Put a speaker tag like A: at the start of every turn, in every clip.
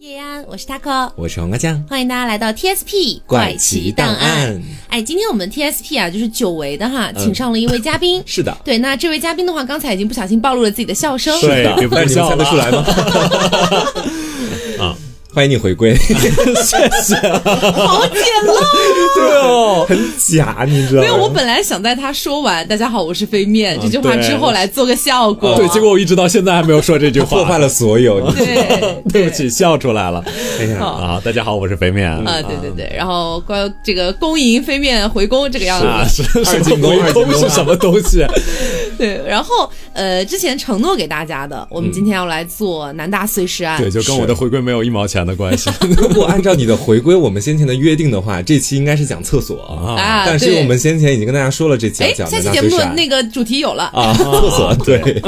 A: 叶安，我是 Taco，
B: 我是黄瓜酱，
A: 欢迎大家来到 TSP
B: 怪奇档案。
A: 哎，今天我们 TSP 啊，就是久违的哈，请上了一位嘉宾。
B: 是的，
A: 对，那这位嘉宾的话，刚才已经不小心暴露了自己的笑声。
C: 对
B: 是
C: 别
B: 的，
C: 不
B: 但是你们
C: 笑
B: 猜得
C: 了
B: 出来吗？
C: 啊，
B: 欢迎你回归，确实，
A: 好简陋。
B: 对哦， 很假，你知道
A: 没
B: 吗？
A: 有，我本来想在他说完“大家好，我是飞面”
B: 啊
A: 这句话
C: 对
A: 之后来做个效果。
C: 对，结果我一直到现在还没有说 这句话，
B: 破坏了所有， 你
A: 对
C: 对不起，笑出来了。
B: 哎呀，嗯
A: 好
C: 啊，大家好，我是肥面。
A: 啊，对对对，然后关这个恭迎飞面回宫这个样子。
C: 啊，是
B: 二
C: 什
B: 进
C: 么
B: 宫
C: 围
B: 二进
C: 攻
B: 宫啊
C: 是什么东西？啊
A: 对，然后呃，之前承诺给大家的，我
B: 嗯
A: 们今天要来做南大碎尸案。
C: 对，就跟我的回归没有一毛钱的关 系
B: 如果按照你的回归，我们先前的约定的话，这期应该是讲厕所啊，
A: 啊，
B: 但是
A: 对
B: 我们先前已经跟大家说了，这期要
A: 哎，
B: 讲
A: 下
B: 的
A: 期
B: 纳
A: 节
B: 粹
A: 目
B: 是
A: 的那个主题有了，
B: 啊，厕所对，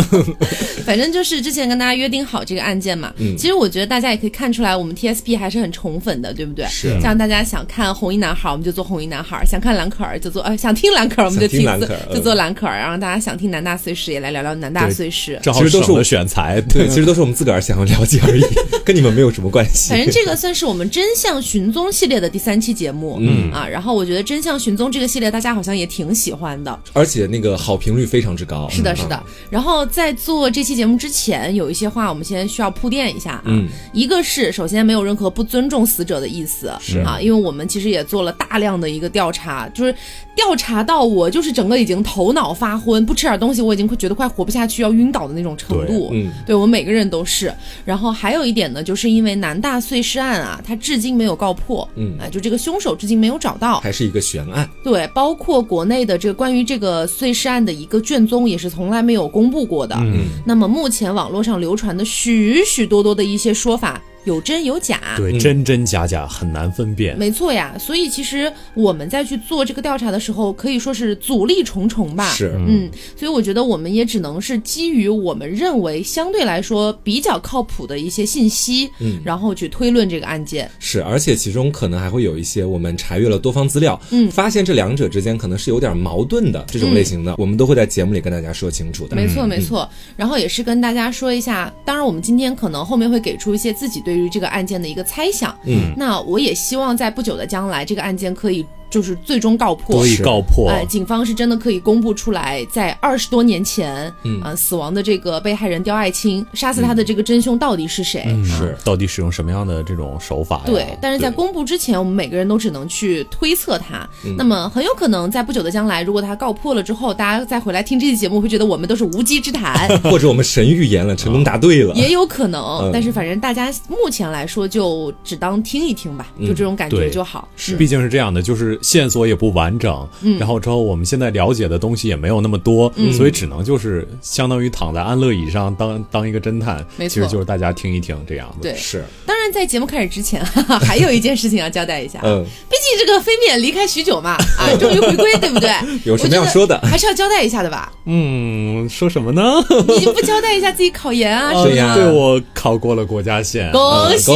A: 反正就是之前跟大家约定好这个案件嘛。
B: 嗯
A: 其实我觉得大家也可以看出来，我们 TSP 还是很宠粉的，对不对？
B: 是
A: 像大家想看红衣男孩，我们就做红衣男孩；想看蓝可儿，就做呃；想听蓝可儿，我们就
B: 想听
A: 听
B: 蓝可儿嗯
A: 就做蓝可儿。然后大家想听南大碎尸，也来聊聊南大碎尸。
C: 正好
B: 其实都是
C: 省
B: 我嗯
C: 了选材。
B: 对，其实都是我们自个儿想要了解而已， 跟你们没有什么关系。
A: 反正这个算是我们真相寻踪系列的第三期节目，嗯啊，然后我觉得真相寻踪这个系列大家好像也挺喜欢的，
B: 而且那个好评率非常之高。
A: 是的，
B: 嗯
A: 是的。然后在做这期节目之前，有一些话我们先需要铺垫一下啊。
B: 嗯
A: 一个是，首先没有任何不尊重死者的意思啊，因为我们其实也做了大量的一个调查，就是调查到我就是整个已经头脑发昏，不吃点东西我已经快觉得快活不下去，要晕倒的那种程度。
B: 嗯
A: 对我们每个人都是。然后还有一点呢，就是因为南大碎尸案啊，它至今没有告破，
B: 嗯
A: 啊，就这个凶手至今没有找到。
B: 还是一个悬案。
A: 对，包括国内的这个关于这个碎尸案的一个卷宗，也是从来没有公布过的。嗯，那么目前网络上流传的许许多多的一些说法，有真有假。
C: 对，真真假假很难分辨。
A: 没错呀，所以其实我们在去做这个调查的时候，可以说是阻力重重吧。，
B: 是，
A: 嗯，所以我觉得我们也只能是基于我们认为相对来说比较靠谱的一些信息，嗯，然后去推论这个案件。
B: 是，而且其中可能还会有一些我们查阅了多方资料，嗯，发现这两者之间可能是有点矛盾的这种类型的，我们都会在节目里跟大家说清楚的。
A: 嗯没错，没错。然后也是跟大家说一下，当然我们今天可能后面会给出一些自己对于这个案件的一个猜想。嗯，那我也希望在不久的将来，这个案件可以就是最终告破
C: 所。以告破，
A: 哎，警方是真的可以公布出来，在二十多年前，嗯、死亡的这个被害人刁爱青杀死他的这个真凶到底是谁？
C: 是嗯到底使用什么样的这种手法呀？
A: 嗯哦对，嗯但是在公布之前，我们每个人都只能去推测它。那么很有可能在不久的将来，如果它告破了之后，大家再回来听这期节目，会觉得我们都是无稽之谈，
B: 或者我们神预言了，成功答对了。
A: 也有可
B: 嗯
A: 能。但是反正大家目前来说，就只当听一听吧，就
B: 嗯
A: 这种感觉
C: 对
A: 就好。
C: 是，毕竟是这样的，就是线索也不完整，然后之后我们现在了解的东西也没有那么多，所以只能就是相当于躺在安乐椅上当当一个侦探，
A: 没错
C: 其实就是大家听一听这样的。
A: 对，
B: 是，
A: 当然在节目开始之前， 哈哈，还有一件事情要交代一下。
B: 嗯，
A: 毕竟这个飞面离开许久嘛，啊，终于回归，对不对？
B: 有什么要
A: 我觉得
B: 说的
A: 还是要交代一下的吧？
C: 嗯，说什么呢？
A: 你就不交代一下自己考研啊什么
B: 对呀
C: 啊对我考过了国家线，
A: 恭喜
B: 嗯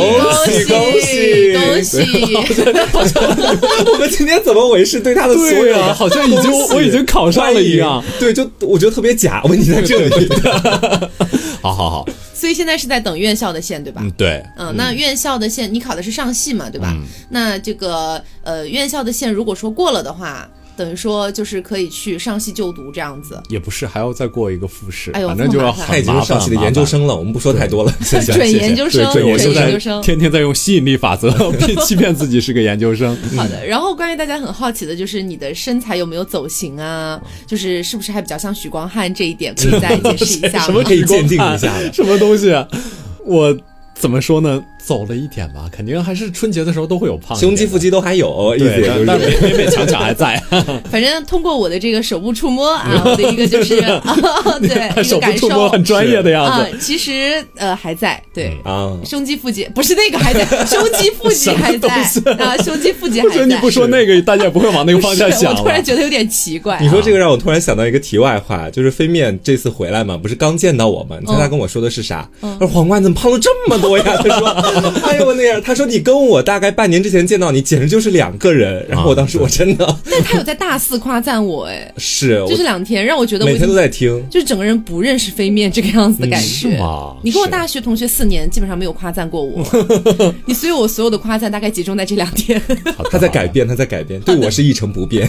A: 喜
B: 恭喜
A: 恭
B: 恭喜
A: 恭喜！
B: 我们今天怎么回事？对他的所
C: 对
B: 有
C: 啊，好像已 经
B: 恭喜
C: 我已经考上了一样。。
B: 对，就我觉得特别假，问题在这里。
C: 好好好，
A: 所以现在是在等院校的线，对吧？
C: 嗯，对，
A: 嗯，那院校的线，你考的是上戏嘛，对吧？那这个呃，院校的线如果说过了的话，等于说就是可以去上戏就读这样子。
C: 也不是还要再过一个复试，
A: 哎呦
C: 反正就
A: 这
C: 要
A: 么麻烦
B: 他已
C: 很麻
B: 经
C: 烦
B: 是上戏的研究。生了，我们不说太多了。谢谢。
A: 准研究
C: 对
A: 生，
C: 对，
A: 准
C: 我就
A: 研
C: 在
A: 究生。
C: 天天在用吸引力法则 骗欺骗自己是个研究生。
A: 好的，然后关于大家很好奇的就是你的身材有没有走形啊？
C: 嗯
A: 就是是不是还比较像许光汉这一点，可以再解释一下
C: 什
A: 吗
C: 么？
B: 可以鉴定一下的
C: 什么东西、啊？我怎么说呢？走了一点吧，肯定还是春节的时候都会有胖一点
B: 胸
C: 的
B: 肌、腹。肌都还有，意思也
C: 对，
B: 就是
C: 但但勉勉勉强强还在，
A: 反正通过我的这个手部触摸啊，我的一个就是 啊对一
C: 手
A: 个
C: 部
A: 感
C: 触摸
A: 受
C: 很专业的嗯样
A: 啊
C: 子。，
A: 其实呃还在对。
B: 啊，
A: 胸肌、腹肌不是那个还在，胸肌、腹肌还在
C: 什么
A: 啊，胸肌、腹肌还
C: 我
A: 在。
C: 觉得你不说那个，大家也不会往那个方向
A: 是
C: 想啊
A: 我突然
C: 了。
A: 觉得有点奇怪哦
B: 你。说这个让我突然想到一个题外话，就是飞面这嗯次回来嘛，不是刚见到我吗？你猜他跟我说的是啥？他说黄瓜你怎么胖了这么多呀？他说 哎呦我那样，他说你跟我大概半年之前见到你，简直就是两个人。然后我当时我真的
A: 但他有在大肆夸赞我，哎，
B: 是， 我
A: 就这两天让我觉得我已
B: 每天
A: 经
B: 都在听。
A: 就是整个人不认识飞面这个样子的感觉。
C: 是吗？
A: 你跟我
B: 是
A: 大学同学四年，基本上没有夸赞过 我。你所以我所有的夸赞大概集中在这两天。
C: 好的
B: 他在改，变，他在改变，啊对我是一成不变。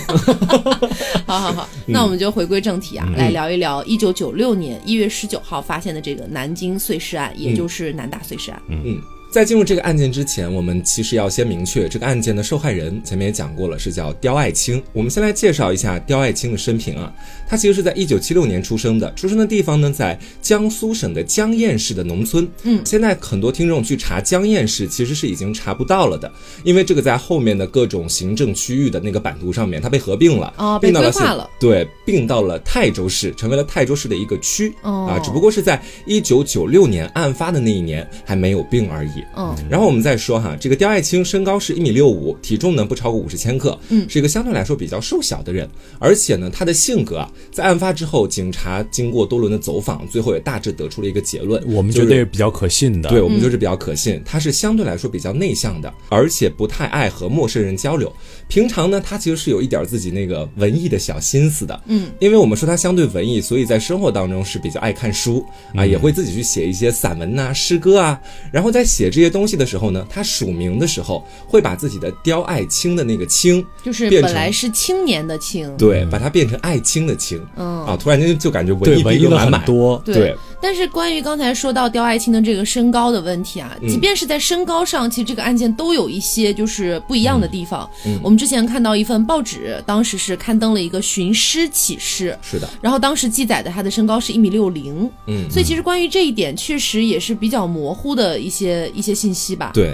A: 好好
B: 嗯
A: 好，那我们就回归正题啊，来聊一聊一九九六年一月十九号发现的这个南京碎尸案，也就是南大碎尸案。
B: 嗯，在进入这个案件之前，我们其实要先明确这个案件的受害人，前面也讲过了，是叫刁爱青。我们先来介绍一下刁爱青的生平啊，她其实是在一九七六年出生的，出生的地方呢在江苏省的江堰市的农村。嗯，现在很多听众去查江堰市，其实是已经查不到了的，因为这个在后面的各种行政区域的那个版图上面，它被合并了，
A: 哦
B: 并到了
A: 被规划
B: 现
A: 了
B: 对，并到了泰州市，成为了泰州市的一个区、
A: 哦
B: 啊，只不过是在一九九六年案发的那一年还没有病而已。
A: 嗯，
B: 然后我们再说哈，这个刁爱青身高是一米六五，体重呢不超过五十千克，嗯，是一个相对来说比较瘦小的人，而且呢，他的性格啊，在案发之后，警察经过多轮的走访，最后也大致得出了一个结论，
C: 我们
B: 就
C: 觉
B: 是
C: 得也比较可信的。嗯
B: 对，我们就是比较可信。他是相对来说比较内向的，而且不太爱和陌生人交流。平常呢，他其实是有一点自己那个文艺的小心思的。嗯，因为我们说他相对文艺，所以在生活当中是比较爱看书
C: 嗯
B: 啊，也会自己去写一些散文呐、诗歌啊。然后在写这些东西的时候呢，他署名的时候会把自己的刁爱青的那个青，
A: 就是
B: 变
A: 本
B: 成
A: 来是青年的青，
B: 对，把它变成爱青的青。
A: 嗯
B: 啊，突然间就感觉文
C: 嗯对
B: 艺
C: 文
B: 逼
C: 艺
B: 格
C: 了
B: 满
C: 很
B: 满。
C: 多。
A: 对
B: 对
A: 但是关于刚才说到刁爱青的这个身高的问题啊，
B: 嗯
A: 即便是在身高上，其实这个案件都有一些就是不一样的地方。
B: 嗯
A: 我们之前看到一份报纸，当时是刊登了一个寻尸启事。
B: 是的，
A: 然后当时记载的他的身高是一米六零，
B: 嗯
A: 所以其实关于这一点确实也是比较模糊的一些一些信息吧。
B: 对，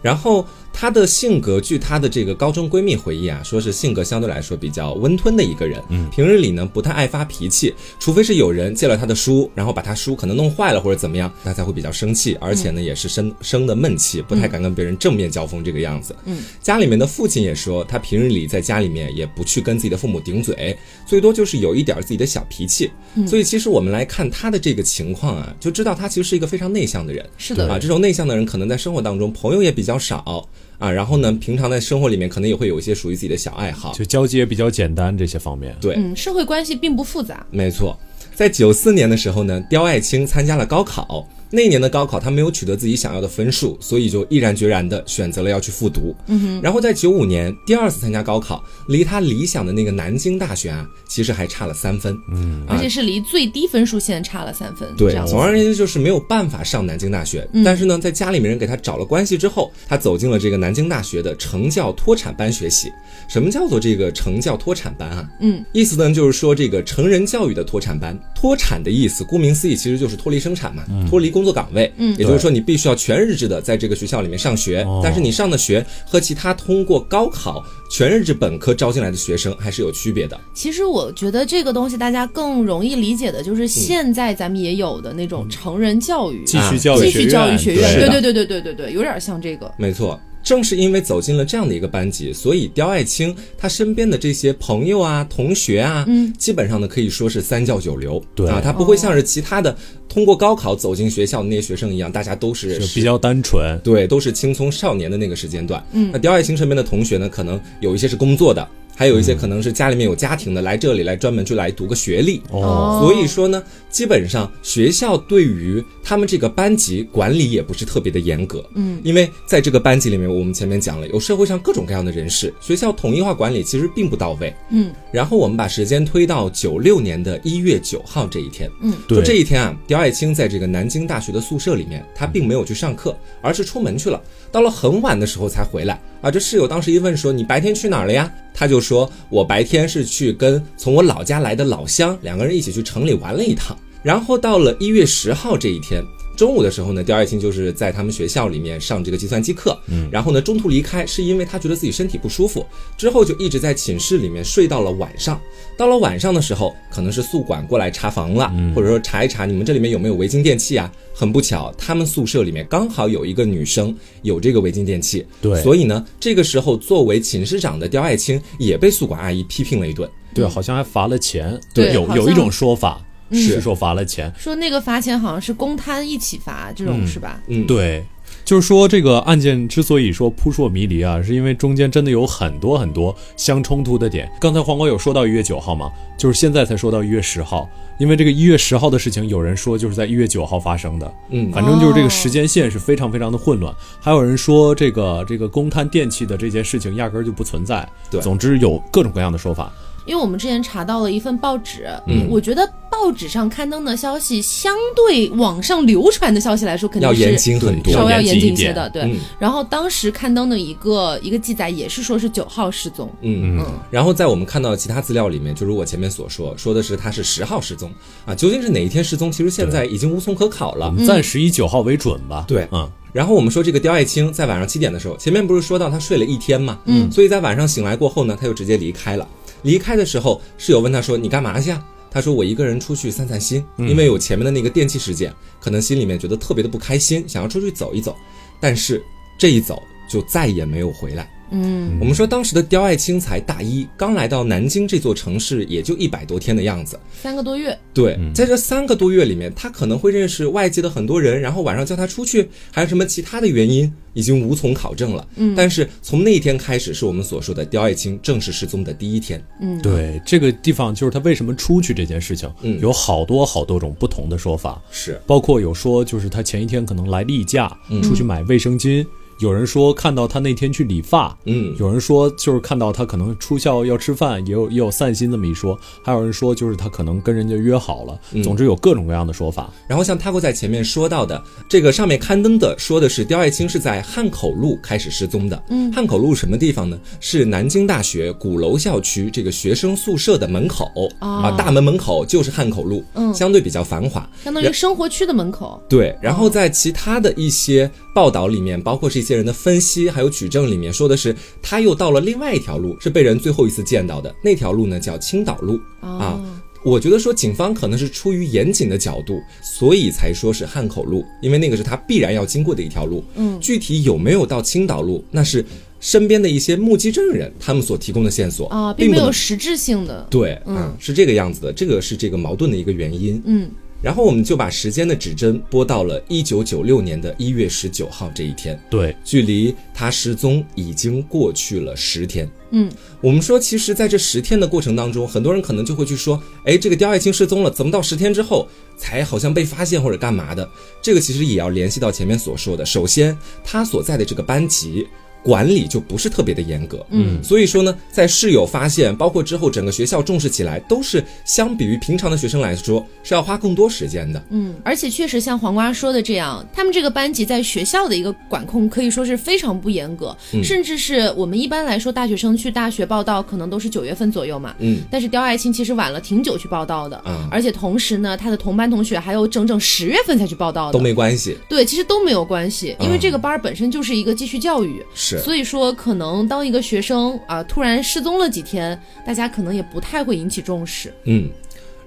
B: 然后她的性格，据她的这个高中闺蜜回忆啊，说是性格相对来说比较温吞的一个人，嗯，平日里呢不太爱发脾气，除非是有人借了她的书，然后把她书可能弄坏了或者怎么样，她才会比较生气，而且呢也是生生的闷气，不太敢跟别人正面交锋这个样子。嗯，家里面的父亲也说，他平日里在家里面也不去跟自己的父母顶嘴，最多就是有一点自己的小脾气。所以其实我们来看他的这个情况啊，就知道他其实是一个非常内向的人。
A: 是的
B: 啊，这种内向的人可能在生活当中朋友也比较少啊，然后呢，平常在生活里面可能也会有一些属于自己的小爱好。
C: 就交接比较简单这些方面。
B: 对，
A: 嗯，社会关系并不复杂。
B: 没错，在九四年的时候呢，刁爱青参加了高考。那一年的高考，她没有取得自己想要的分数，所以就毅然决然的选择了要去复读。嗯哼。然后在九五年第二次参加高考，离她理想的那个南京大学啊，其实还差了三分。嗯。
A: 而且是离最低分数线差了三分，
B: 对
A: 这样，子嗯
B: 总而言之就是没有办法上南京大学。但是呢，在家里面人给他找了关系之后，他走进了这个南京大学的成教脱产班学习。什么叫做这个成教脱产班啊？嗯，意思呢就是说这个成人教育的脱产班，脱产的意思，顾名思义其实就是脱离生产嘛，脱离工作岗位。嗯，也就是说你必须要全日制的在这个学校里面上学，但是你上的学和其他通过高考全日制本科招进来的学生还是有区别的。
A: 其实我觉得这个东西大家更容易理解的就是现在咱们也有的那种成人教育、
C: 继
B: 啊
C: 续教育
A: 继
C: 学
A: 续教育学院，
B: 是
A: 对对
B: 的
A: 对对对对对，有点像这个。
B: 没错，正是因为走进了这样的一个班级，所以刁爱青她身边的这些朋友啊、同学啊，嗯，基本上呢可以说是三教九流，
C: 对
B: 啊，她不会像是其他的通过高考走进学校的那些学生一样，大家都是
C: 就比较单纯。
B: 对，都是青葱少年的那个时间段。嗯，那刁爱青身边的同学呢，可能有一些是工作的，还有一
C: 嗯
B: 些可能是家里面有家庭的，来这里来专门去来读个学历。
C: 哦，
B: 所以说呢，基本上学校对于他们这个班级管理也不是特别的严格，嗯，因为在这个班级里面，我们前面讲了，有社会上各种各样的人士，学校统一化管理其实并不到位，
A: 嗯，
B: 然后我们把时间推到九六年的一月九号这一天，嗯，
C: 对
B: 就这一天啊，刁爱青在这个南京大学的宿舍里面，她并没有去上课，而是出门去了，到了很晚的时候才回来。啊，这室友当时一问说：“你白天去哪儿了呀？”她就说：“我白天是去跟从我老家来的老乡两个人一起去城里玩了一趟。”然后到了一月十号这一天。中午的时候呢，刁爱青就是在他们学校里面上这个计算机课，嗯，然后呢中途离开是因为她觉得自己身体不舒服，之后就一直在寝室里面睡到了晚上。到了晚上的时候，可能是宿管过来查房了，
C: 嗯
B: 或者说查一查你们这里面有没有违禁电器啊。很不巧，他们宿舍里面刚好有一个女生有这个违禁电器，
C: 对
B: 所以呢，这个时候作为寝室长的刁爱青也被宿管阿姨批评了一顿。
C: 对，好像还罚了钱。
A: 嗯对
C: 有
A: 好像嗯
C: 有一种说法
B: 是
C: 是说罚了钱。
A: 说那个罚钱好像是公摊一起罚这种、是吧？
B: 嗯
C: 对，就是说这个案件之所以说扑朔迷离啊，是因为中间真的有很多很多相冲突的点。刚才黄瓜有说到一月九号嘛，就是现在才说到一月十号，因为这个一月十号的事情，有人说就是在一月九号发生的，
B: 嗯
C: 反正就是这个时间线是非常非常的混乱。还有人说这个这个公摊电器的这件事情压根儿就不存在，
B: 对嗯
C: 总之有各种各样的说法。
A: 因为我们之前查到了一份报纸，嗯，我觉得报纸上刊登的消息相对网上流传的消息来说，肯定
B: 要
A: 是
B: 严谨很
C: 对
A: 稍
B: 多
A: 微。要
C: 严
A: 严
C: 谨
A: 谨
C: 一
A: 一些
C: 点
A: 的，对。
B: 嗯
A: 然后当时刊登的一个一个记载也是说是九号失踪，
B: 嗯，然后在我们看到其他资料里面，就如我前面所说，说的是他是十号失踪啊，究竟是哪一天失踪，其实现在已经无从可考
C: 我
B: 了。
C: 们暂时以九号为准吧。
B: 对
C: 嗯，
B: 然后我们说这个刁爱青在晚上七点的时候，前面不是说到她睡了一天嘛，嗯，所以在晚上醒来过后呢，她就直接离开了。离开的时候，室友问她说：“你干嘛去啊？”她说：“我一个人出去散散心，因为有前面的那个电器事件，可能心里面觉得特别的不开心，想要出去走一走。”但是这一走就再也没有回来。
A: 嗯，
B: 我们说当时的刁爱青才大一，刚来到南京这座城市，也就一百多天的样子。
A: 三个多月，
B: 对，在这三个多月里面，他可能会认识外界的很多人，然后晚上叫他出去，还有什么其他的原因，已经无从考证了。嗯，但是从那一天开始，是我们所说的刁爱青正式失踪的第一天。
C: 嗯对，这个地方就是他为什么出去这件事情，
B: 嗯
C: 有好多好多种不同的说法，
B: 是，
C: 包括有说就是他前一天可能来例假，
B: 嗯
C: 出去买卫生巾，有人说看到他那天去理发。
B: 嗯，
C: 有人说，就是看到他可能出校要吃饭，也有也有散心这么一说；还有人说，就是他可能跟人家约好了。
B: 嗯
C: 总之有各种各样的说法。
B: 然后像 Taco 在前面说到的，这个上面刊登的说的是刁爱青是在汉口路开始失踪的。嗯，汉口路什么地方呢？是南京大学鼓楼校区这个学生宿舍的门口、啊，大门门口就是汉口路，嗯，相对比较繁华。
A: 相当于生活区的门口，
B: 对，然后在其他的一些报道里面，包括是一些人的分析，还有举证里面说的是，他又到了另外一条路，是被人最后一次见到的那条路呢，叫青岛路、
A: 哦
B: 啊。我觉得说警方可能是出于严谨的角度，所以才说是汉口路，因为那个是他必然要经过的一条路。嗯，具体有没有到青岛路，那是身边的一些目击证人他们所提供的线索
A: 啊，并
B: 并
A: 没
B: 不
A: 有
B: 能
A: 实质性的，
B: 对，啊，是这个样子的，这个是这个矛盾的一个原因。
A: 嗯，
B: 然后我们就把时间的指针拨到了一九九六年的一月十九号这一天，
C: 对，
B: 距离他失踪已经过去了十天。
A: 嗯，
B: 我们说，其实在这十天的过程当中，很多人可能就会去说，哎，这个刁爱青失踪了，怎么到十天之后才好像被发现或者干嘛的？这个其实也要联系到前面所说的，首先他所在的这个班级。管理就不是特别的严格，嗯，所以说呢，在室友发现，包括之后整个学校重视起来，都是相比于平常的学生来说是要花更多时间的，
A: 嗯，而且确实像黄瓜说的这样，他们这个班级在学校的一个管控可以说是非常不严格，
B: 嗯
A: 甚至是我们一般来说大学生去大学报到可能都是九月份左右嘛，
B: 嗯，
A: 但是刁爱青其实晚了挺久去报到的，
B: 啊
A: 而且同时呢，他的同班同学还有整整十月份才去报到的，
B: 都没关系，
A: 对，其实都没有关系，因为这个班儿本身就是一个继续教育，
B: 是
A: 所以说可能当一个学生啊、突然失踪了几天，大家可能也不太会引起重视。
B: 嗯，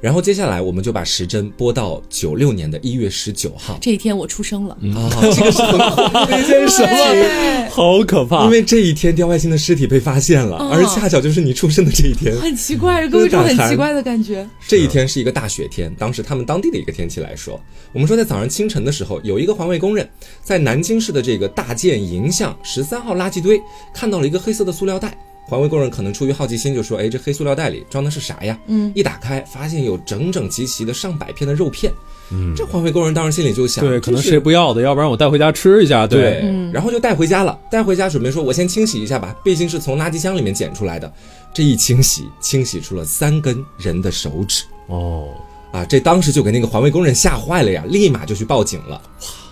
B: 然后接下来我们就把时针拨到九六年的一月十九号。
A: 这一天我出生了，
B: 啊， 这个是很恐怖的一件事情，
A: 对，
C: 哎好可怕
B: 因！为这一天刁爱青的尸体被发现了，
A: 嗯
B: 而恰巧就是你出生的这一天。
A: 很奇怪，给我一种很
B: 真的很
A: 奇怪的感觉。
B: 这一天是一个大雪天，当时他们当地的一个天气来说，我们说在早上清晨的时候，有一个环卫工人在南京市的这个大建营巷十三号垃圾堆看到了一个黑色的塑料袋。环卫工人可能出于好奇心，就说：“哎，这黑塑料袋里装的是啥呀？”嗯，一打开发现有整整齐齐的上百片的肉片。嗯，这环卫工人当时心里就想：
C: 对，可能
B: 这
C: 谁不要的，要不然我带回家吃一下。
B: 对，然后就带回家了。带回家准备说，我先清洗一下吧，毕竟是从垃圾箱里面捡出来的。这一清洗，清洗出了三根人的手指
C: 哦，
B: 啊！这当时就给那个环卫工人吓坏了呀，立马就去报警了。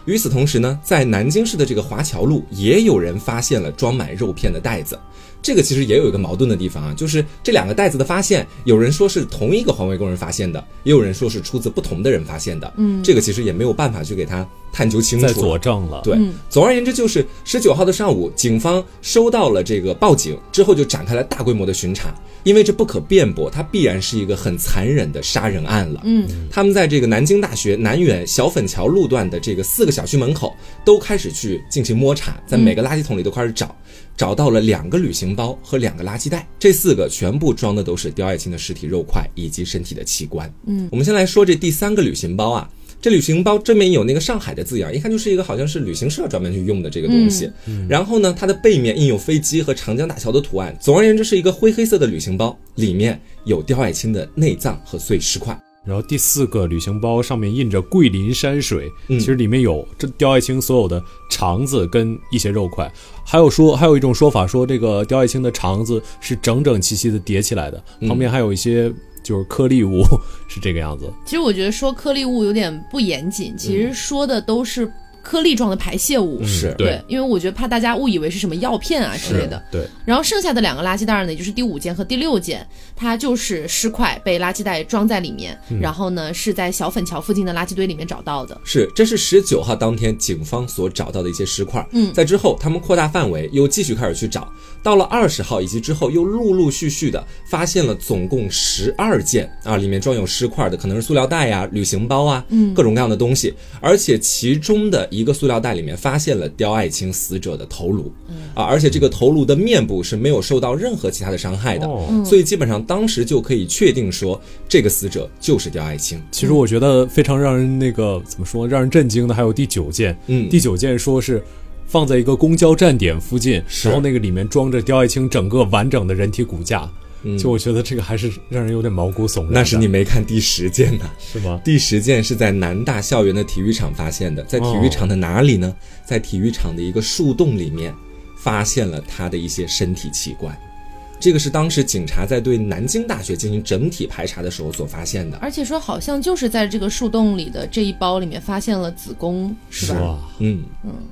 B: 与此同时呢，在南京市的这个华侨路，也有人发现了装满肉片的袋子。这个其实也有一个矛盾的地方啊，就是这两个袋子的发现，有人说是同一个环卫工人发现的，也有人说是出自不同的人发现的。嗯，这个其实也没有办法去给他探究清楚
C: 在
B: 了。
C: 佐证了。
B: 对，总而言之就是十九号的上午，警方收到了这个报警之后，就展开了大规模的巡查，因为这不可辩驳，它必然是一个很残忍的杀人案了。嗯，他们在这个南京大学南园小粉桥路段的这个四个小区门口都开始去进行摸查，在每个垃圾桶里都开始找。找到了两个旅行包和两个垃圾袋，这四个全部装的都是刁爱青的尸体肉块以及身体的器官。嗯，我们先来说这第三个旅行包啊，这旅行包正面印有那个上海的字样，一看就是一个好像是旅行社专门去用的这个东西。然后呢，它的背面印有飞机和长江大桥的图案。总而言之，是一个灰黑色的旅行包，里面有刁爱青的内脏和碎尸块。
C: 然后第四个旅行包上面印着桂林山水，
B: 嗯
C: 其实里面有这刁爱青所有的肠子跟一些肉块，还有说还有一种说法说这个刁爱青的肠子是整整齐齐的叠起来的，
B: 嗯
C: 旁边还有一些就是颗粒物，是这个样子。
A: 其实我觉得说颗粒物有点不严谨，其实说的都是颗粒状的排泄物。
B: 是
C: 嗯对
A: 因为我觉得怕大家误以为是什么药片啊之类的。
C: 对，
A: 然后剩下的两个垃圾袋呢，也就是第五件和第六件，它就是尸块被垃圾袋装在里面，
C: 嗯
A: 然后呢是在小粉桥附近的垃圾堆里面找到的。
B: 是，这是十九号当天警方所找到的一些尸块。
A: 嗯
B: 在之后他们扩大范围，又继续开始去找，到了二十号以及之后，又陆陆续续的发现了总共十二件啊，里面装有尸块的，可能是塑料袋呀、旅行包啊，嗯，各种各样的东西。而且其中的一个塑料袋里面发现了刁爱青死者的头颅，啊，而且这个头颅的面部是没有受到任何其他的伤害的，
C: 哦
B: 所以基本上当时就可以确定说，这个死者就是刁爱青。
C: 其实我觉得非常让人那个怎么说，让人震惊的还有第九件，
B: 嗯
C: 第九件说是放在一个公交站点附近，
B: 是
C: 然后那个里面装着刁爱青整个完整的人体骨架，就我觉得这个还是让人有点毛骨悚然的。
B: 嗯那是你没看第十件呢、
C: 是吗？
B: 第十件是在南大校园的体育场发现的，在体育场的哪里呢？在体育场的一个树洞里面，发现了他的一些身体器官。这个是当时警察在对南京大学进行整体排查的时候所发现的。
A: 而且说好像就是在这个树洞里的这一包里面发现了子宫，是吧？
C: 哇，
B: 嗯，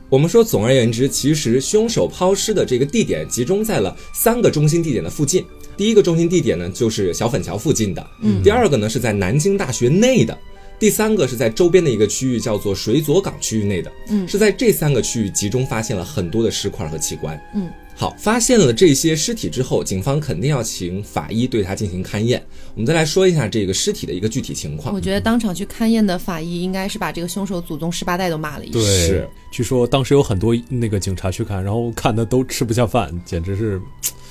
B: 我们说，总而言之，其实凶手抛尸的这个地点集中在了三个中心地点的附近。第一个中心地点呢，就是小粉桥附近的；第二个呢，是在南京大学内的；第三个是在周边的一个区域，叫做水左港区域内的。嗯，是在这三个区域集中发现了很多的尸块和器官。
A: 嗯。
B: 好，发现了这些尸体之后，警方肯定要请法医对它进行勘验。我们再来说一下这个尸体的一个具体情况
A: 我。觉得当场去勘验的法医应该是把这个凶手祖宗十八代都骂了一
C: 对，
A: 顿。
B: 是
C: 据说当时有很多那个警察去看，然后看的都吃不下饭，简直是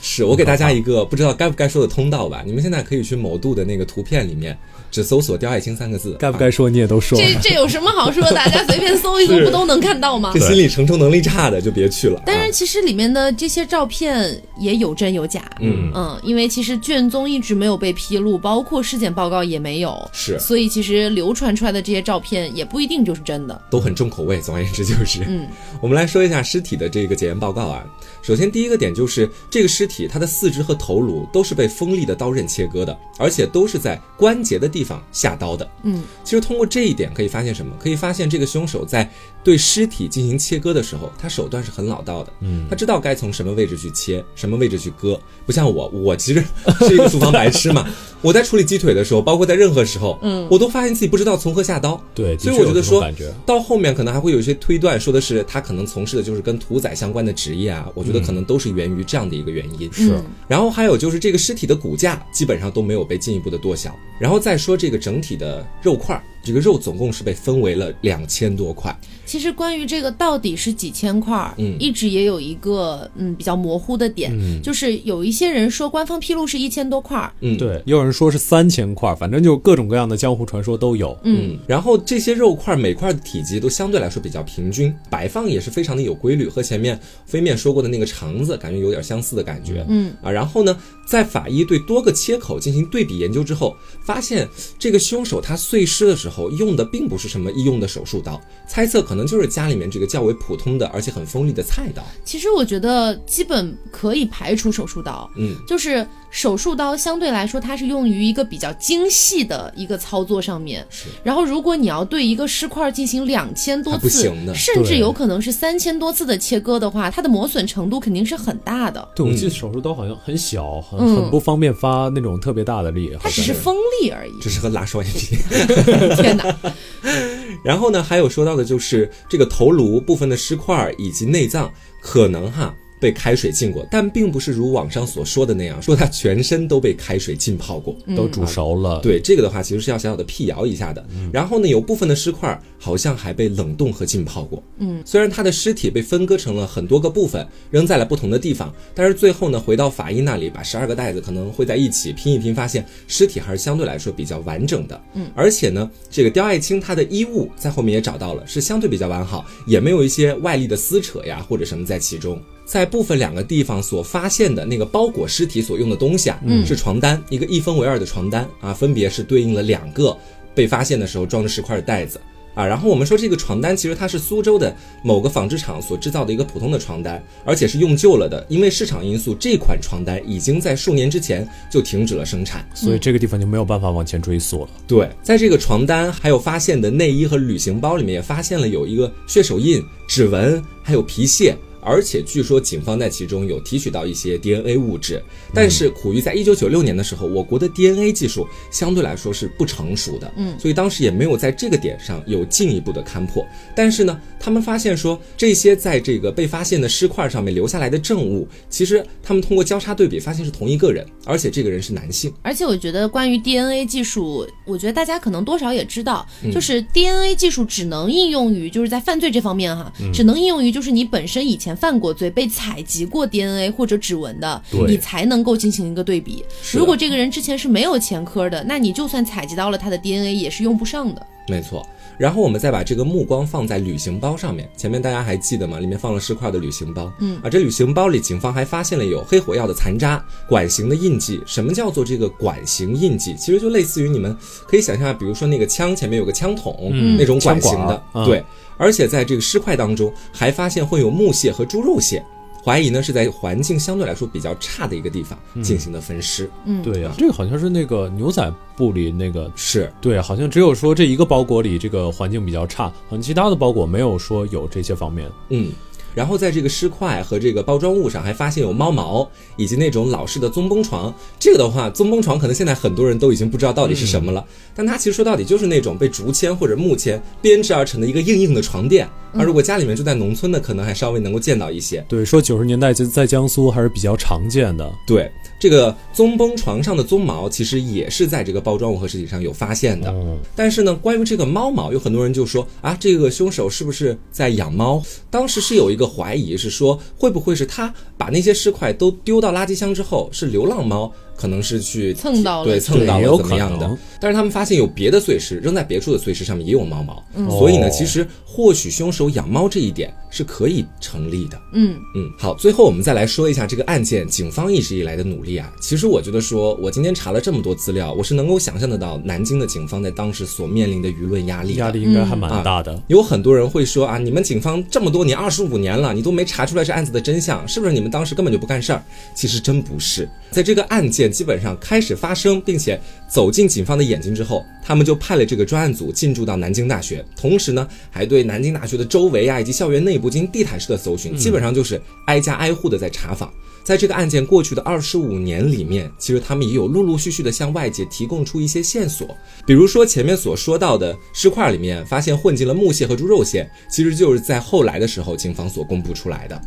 B: 是我给
C: 嗯
B: 大家一个不知道该不该说的通道吧，你们现在可以去某度的那个图片里面，只搜索“刁爱青”三个字，
C: 该不
B: 啊？
C: 该说你也都说了。
A: 这这有什么好说的？大家随便搜一搜，不都能看到吗
B: 啊这？心理承受能力差的就别去了啊。
A: 但是其实里面的这些照片也有真有假，
B: 嗯
A: 因为其实卷宗一直没有被披露，包括尸检报告也没有，
B: 是
A: 所以其实流传出来的这些照片也不一定就是真的。
B: 都很重口味，总而言之就是，
A: 嗯，
B: 我们来说一下尸体的这个检验报告啊。首先第一个点就是这个尸体它的四肢和头颅都是被锋利的刀刃切割的，而且都是在关节的地方下刀的。
A: 嗯，
B: 其实通过这一点可以发现什么？可以发现这个凶手在对尸体进行切割的时候，他手段是很老道的。嗯，他知道该从什么位置去切，什么位置去割，不像我，我其实是一个厨房白痴嘛。我在处理鸡腿的时候，包括在任何时候，嗯，我都发现自己不知道从何下刀。
C: 对，的
B: 所以
C: 确
B: 我觉
C: 有
B: 得
C: 这种
B: 说
C: 感觉，
B: 到后面可能还会有一些推断，说的是他可能从事的就是跟屠宰相关的职业啊，我觉得可能都是源于这样的一个原因。
C: 是
A: 嗯
B: 然后还有就是这个尸体的骨架基本上都没有被进一步的剁小，然后再说这个整体的肉块儿，这个肉总共是被分为了两千多块。
A: 其实关于这个到底是几千块儿，
B: 嗯
A: 一直也有一个嗯比较模糊的点，就是有一些人说官方披露是一千多块儿，
B: 嗯，。
C: 对，也有人说是三千块，反正就各种各样的江湖传说都有。
B: 嗯，然后这些肉块每块的体积都相对来说比较平均，摆放也是非常的有规律，和前面呃飞面说过的那个肠子感觉有点相似的感觉。
A: 嗯
B: 啊，然后呢，在法医对多个切口进行对比研究之后，发现这个凶手他碎尸的时候用的并不是什么医用的手术刀，猜测可能就是家里面这个较为普通的而且很锋利的菜刀。
A: 其实我觉得基本可以排除手术刀，
B: 嗯，
A: 就是手术刀相对来说它是用于一个比较精细的一个操作上面。
B: 是
A: 然后如果你要对一个尸块进行两千多
B: 还不
A: 次
B: 行，的
A: 甚至
C: 对
A: 有可能是三千多次的切割的话，它的磨损程度肯定是很大的。
C: 对，我记
B: 嗯
C: 得手术刀好像很小，很、
A: 嗯
C: 很不方便发那种特别大的力。好
A: 它只
C: 像
A: 是锋利而已。
B: 这是和拉双眼皮。
A: 天哪！
B: 然后呢，还有说到的就是这个头颅部分的尸块以及内脏，可能哈被开水浸过，但并不是如网上所说的那样，说 他全身都被开水浸泡过。
C: 都煮熟了，
B: 对这个的话，其实是要小小的辟谣一下的。
A: 嗯
B: 然后呢，有部分的尸块好像还被冷冻和浸泡过。嗯，虽然他的尸体被分割成了很多个部分，扔在了不同的地方，但是最后呢，回到法医那里，把十二个袋子可能会在一起拼一拼，发现尸体还是相对来说比较完整的。嗯，而且呢，这个刁爱青她的衣物在后面也找到了，是相对比较完好，也没有一些外力的撕扯呀或者什么在其中。在部分两个地方所发现的那个包裹尸体所用的东西啊，嗯，是床单，一个一分为二的床单啊，分别是对应了两个被发现的时候装着石块的袋子啊。然后我们说这个床单其实它是苏州的某个纺织厂所制造的一个普通的床单，而且是用旧了的，因为市场因素，这款床单已经在数年之前就停止了生产。
C: 所以这个地方就没有办法往前追溯了。
B: 对，在这个床单还有发现的内衣和旅行包里面，也发现了有一个血手印、指纹，还有皮屑。而且据说警方在其中有提取到一些 DNA 物质，但是苦于在一九九六年的时候，我国的 DNA 技术相对来说是不成熟的，嗯，所以当时也没有在这个点上有进一步的勘破。但是呢，他们发现说这些在这个被发现的尸块上面留下来的证物，其实他们通过交叉对比发现是同一个人，而且这个人是男性。
A: 而且我觉得关于 DNA 技术，我觉得大家可能多少也知道，就是 DNA 技术只能应用于就是在犯罪这方面哈，只能应用于就是你本身以前犯过罪被采集过 DNA 或者指纹的
C: 对，
A: 你才能够进行一个对比。
B: 是
A: 如果这个人之前是没有前科的，那你就算采集到了他的 DNA 也是用不上的。
B: 没错。然后我们再把这个目光放在旅行包上面，前面大家还记得吗？里面放了尸块的旅行包，嗯，啊，这旅行包里警方还发现了有黑火药的残渣、管型的印记。什么叫做这个管型印记？其实就类似于你们可以想象，比如说那个枪前面有个枪筒、那种管型的
C: 嗯枪，管儿啊
B: 对。而且在这个尸块当中还发现会有木屑和猪肉屑，怀疑呢是在环境相对来说比较差的一个地方进行的分尸，
C: 对呀、啊这个好像是那个牛仔布里那个，
B: 是。
C: 对，好像只有说这一个包裹里这个环境比较差，好像其他的包裹没有说有这些方面。
B: 嗯，然后在这个尸块和这个包装物上还发现有猫毛，以及那种老式的棕绷床。这个的话，棕绷床可能现在很多人都已经不知道到底是什么了，但它其实说到底就是那种被竹签或者木签编织而成的一个硬硬的床垫。而如果家里面住在农村的，可能还稍微能够见到一些。
C: 对，说九十年代在在江苏还是比较常见的。
B: 对，这个棕绷床上的鬃毛其实也是在这个包装物和尸体上有发现的。
C: 嗯，
B: 但是呢，关于这个猫毛，有很多人就说啊，这个凶手是不是在养猫？当时是有一个怀疑，是说会不会是他把那些尸块都丢到垃圾箱之后，是流浪猫，可能是去
A: 蹭到了
B: 对蹭到
C: 对也
B: 了
C: 有
B: 怎么样
C: 可
B: 的
C: 能？
B: 但是他们发现有别的碎尸扔在别处的碎尸上面也有猫毛，所以呢，
C: 哦
B: 其实或许凶手养猫这一点是可以成立的。
A: 嗯，
B: 嗯，好，最后我们再来说一下这个案件，警方一直以来的努力啊。其实我觉得说，我今天查了这么多资料，我是能够想象得到南京的警方在当时所面临的舆论压力的
C: 压。力应嗯该还蛮大的。
B: 有很多人会说啊，你们警方这么多年，二十五年了，你都没查出来这案子的真相，是不是你们当时根本就不干事儿？其实真不是，在这个案件基本上开始发生，并且走进警方的眼睛之后，他们就派了这个专案组进驻到南京大学，同时呢，还对南京大学的周围啊以及校园内部进行地毯式的搜寻，基本上就是挨家挨户的在查访。在这个案件过去的二十五年里面，其实他们也有陆陆续续的向外界提供出一些线索，比如说前面所说到的尸块里面发现混进了木屑和猪肉屑，其实就是在后来的时候警方所公布出来的。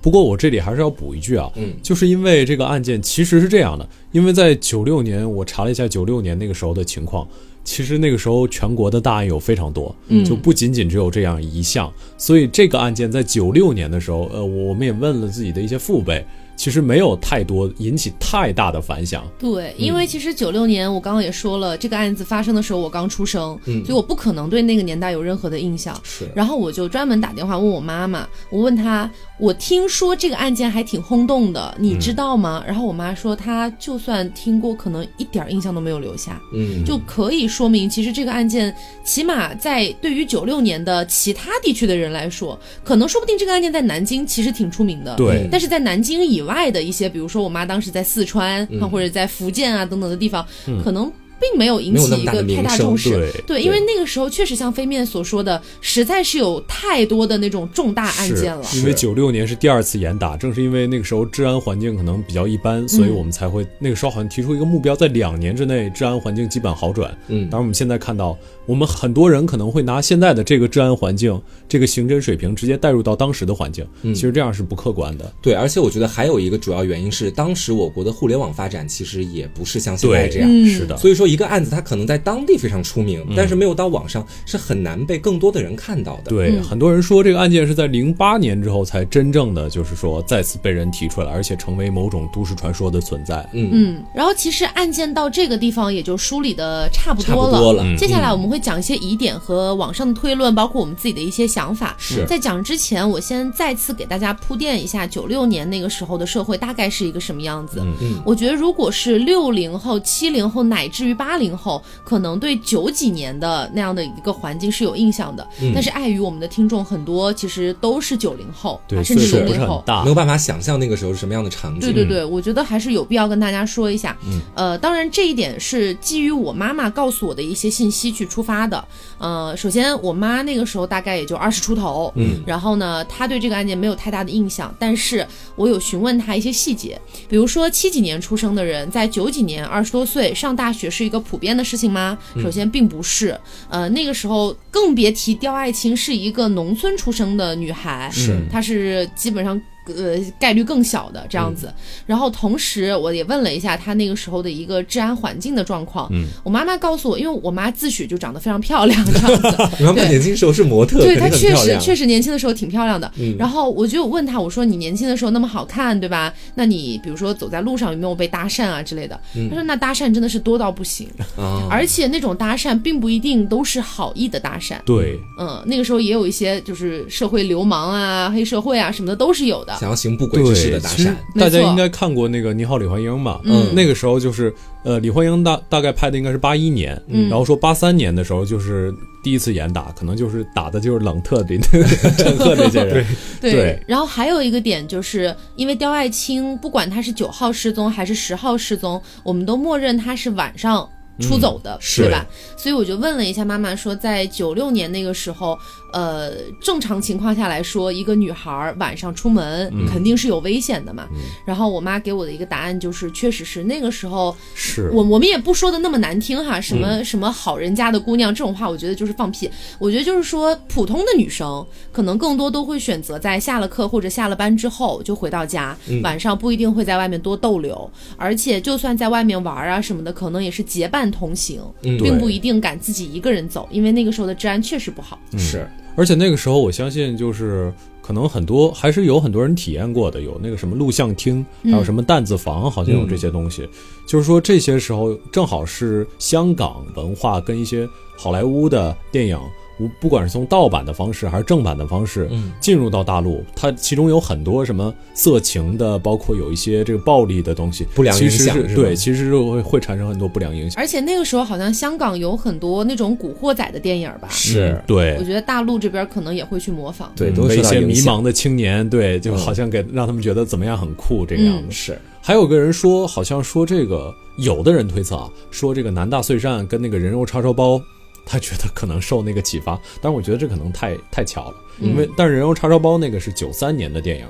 C: 不过我这里还是要补一句啊，嗯，就是因为这个案件其实是这样的，因为在九六年我查了一下九六年那个时候的情况，其实那个时候全国的大案有非常多，嗯，就不仅仅只有这样一项，所以这个案件在九六年的时候，呃，我们也问了自己的一些父辈，其实没有太多引起太大的反响，
B: 嗯
A: 对，因为其实九六年我刚刚也说了，这个案子发生的时候我刚出生，所以我不可能对那个年代有任何的印象。
B: 嗯是
A: 然后我就专门打电话问我妈妈，我问她，我听说这个案件还挺轰动的，你
B: 嗯
A: 知道吗？然后我妈说，她就算听过，可能一点儿印象都没有留下。
B: 嗯，
A: 就可以说明，其实这个案件，起码在对于九六年的其他地区的人来说，可能说不定这个案件在南京其实挺出名的。
C: 对
A: 但是在南京
B: 嗯
A: 以外的一些，比如说我妈当时在四川、啊，或者在福建啊等等的地方，可能。并没有引起一个
B: 没
A: 太
B: 有那么大的
A: 大
B: 名声
A: 重视。
C: 对
A: 因为那个时候确实像飞面所说的，实在是有太多的那种重大案件了。
C: 是因为九六年是第二次严打，正是因为那个时候治安环境可能比较一般，所以
A: 嗯
C: 我们才会、那个时候好像提出一个目标，在两年之内治安环境基本好转。
B: 嗯
C: 当然我们现在看到，我们很多人可能会拿现在的这个治安环境、这个刑侦水平直接带入到当时的环境，其实这样是不客观的。
B: 对，而且我觉得还有一个主要原因是，当时我国的互联网发展其实也不是像现在这样。
A: 嗯
C: 是的。
B: 所以说，一个案子它可能在当地非常出名，但是没有到网上是很难被更多的人看
A: 嗯
B: 到的。，
C: 对，很多人说这个案件是在零八年之后才真正的，就是说再次被人提出来，而且成为某种都市传说的存在。
A: 嗯，然后其实案件到这个地方也就梳理的差不多
B: 差
A: 了。
B: 不多了
A: 接下来我们会讲一些疑点和网上的推论，包括我们自己的一些想法。
B: 是
A: 在讲之前，我先再次给大家铺垫一下九六年那个时候的社会大概是一个什么样子。
B: 嗯
A: 我觉得如果是六零后、七零后乃至于八零后，可能对九几年的那样的一个环境是有印象的。但是碍于我们的听众很多其实都是九零后，啊
C: 对，
A: 甚
C: 岁
A: 至
C: 数
A: 零
C: 不是
A: 零
C: 很
A: 后。
C: 大
B: 没。有办法想象那个时候是什么样的场景。
A: 啊对对对，我觉得还是有必要跟大家说一下。呃，当然这一点是基于我妈妈告诉我的一些信息去出发的。呃，首先我妈那个时候大概也就二十出头，嗯，然后呢，她对这个案件没有太大的印象，但是我有询问她一些细节，比如说七几年出生的人，在九几年二十多岁上大学是一个普遍的事情吗？首先并不是，呃，那个时候更别提刁爱青是一个农村出生的女孩，
B: 是
A: 她是基本上。呃，概率更小的这样子，
B: 嗯
A: 然后同时我也问了一下她那个时候的一个治安环境的状况。嗯，我妈妈告诉我，因为我妈自诩就长得非常漂亮这 样子，
B: 嗯你妈妈年轻时候是模特，
A: 对
B: 肯
A: 她
B: 定很
A: 确
B: 漂
A: 实
B: 亮。嗯
A: 确实年轻的时候挺漂亮的。然后我就问她，我说你年轻的时候那么好看，对吧？那你比如说走在路上有没有被搭讪啊之类的？
B: 嗯
A: 她说那搭讪真的是多到不行，
B: 啊，
A: 而且那种搭讪并不一定都是好意的搭讪。
C: 对，
A: 嗯，那个时候也有一些就是社会流氓啊、黑社会啊什么的都是有的。
B: 想要行不轨
C: 对，
B: 之事的搭
C: 其实
B: 讪，
A: 没
C: 大家
A: 错
C: 应该看过那个《你好，李焕英》嘛？
A: 嗯
C: 那个时候就是呃，李焕英大大概拍的应该是八一年，
A: 嗯
C: 然后说八三年的时候就是第一次严打，可能就是打的就是冷特林、陈赫那 些人。对
A: 然后还有一个点就是，因为刁爱青不管她是九号失踪还是十号失踪，我们都默认她是晚上。出走的、
C: 嗯是
A: 对吧？所以我就问了一下妈妈说，在九六年那个时候，呃，正常情况下来说，一个女孩儿晚上出门、
C: 嗯
A: 肯定是有危险的嘛。然后我妈给我的一个答案就是，确实是那个时候，
C: 是
A: 我我们也不说的那么难听哈，什么、什么好人家的姑娘这种话，我觉得就是放屁。我觉得就是说，普通的女生可能更多都会选择在下了课或者下了班之后就回到家，
C: 嗯
A: 晚上不一定会在外面多逗留，而且就算在外面玩啊什么的，可能也是结伴同行，
B: 嗯
A: 并
C: 对
A: 不一定敢自己一个人走，因为那个时候的治安确实不好。
C: 嗯
B: 是
C: 而且那个时候，我相信就是可能很多还是有很多人体验过的，有那个什么录像厅，还有什么弹子房，好像有这些
B: 嗯
C: 东西。就是说这些时候正好是香港文化跟一些好莱坞的电影。无不管是从盗版的方式还是正版的方式，
B: 嗯
C: 进入到大陆，它其中有很多什么色情的，包括有一些这个暴力的东西，
B: 不良
C: 其
B: 影
C: 实
B: 响是
C: 是
B: 吧
C: 对，其实是会会产生很多不良影响。
A: 而且那个时候好像香港有很多那种古惑仔的电影吧，
B: 是
C: 嗯，对
A: 我，觉得大陆这边可能也会去模仿。
B: 对，
C: 嗯
B: 都
C: 被
B: 是
C: 一些
B: 影
C: 迷
B: 响。
C: 茫的青年，对，就好像给让他们觉得怎么样很酷这个样子。
B: 是
C: 嗯还有个人说，好像说这个有的人推测啊，说这个南大碎扇跟那个人肉叉烧包。他觉得可能受那个启发，但是我觉得这可能太太巧了，因为但是《人肉叉烧包》那个是九三年的电影，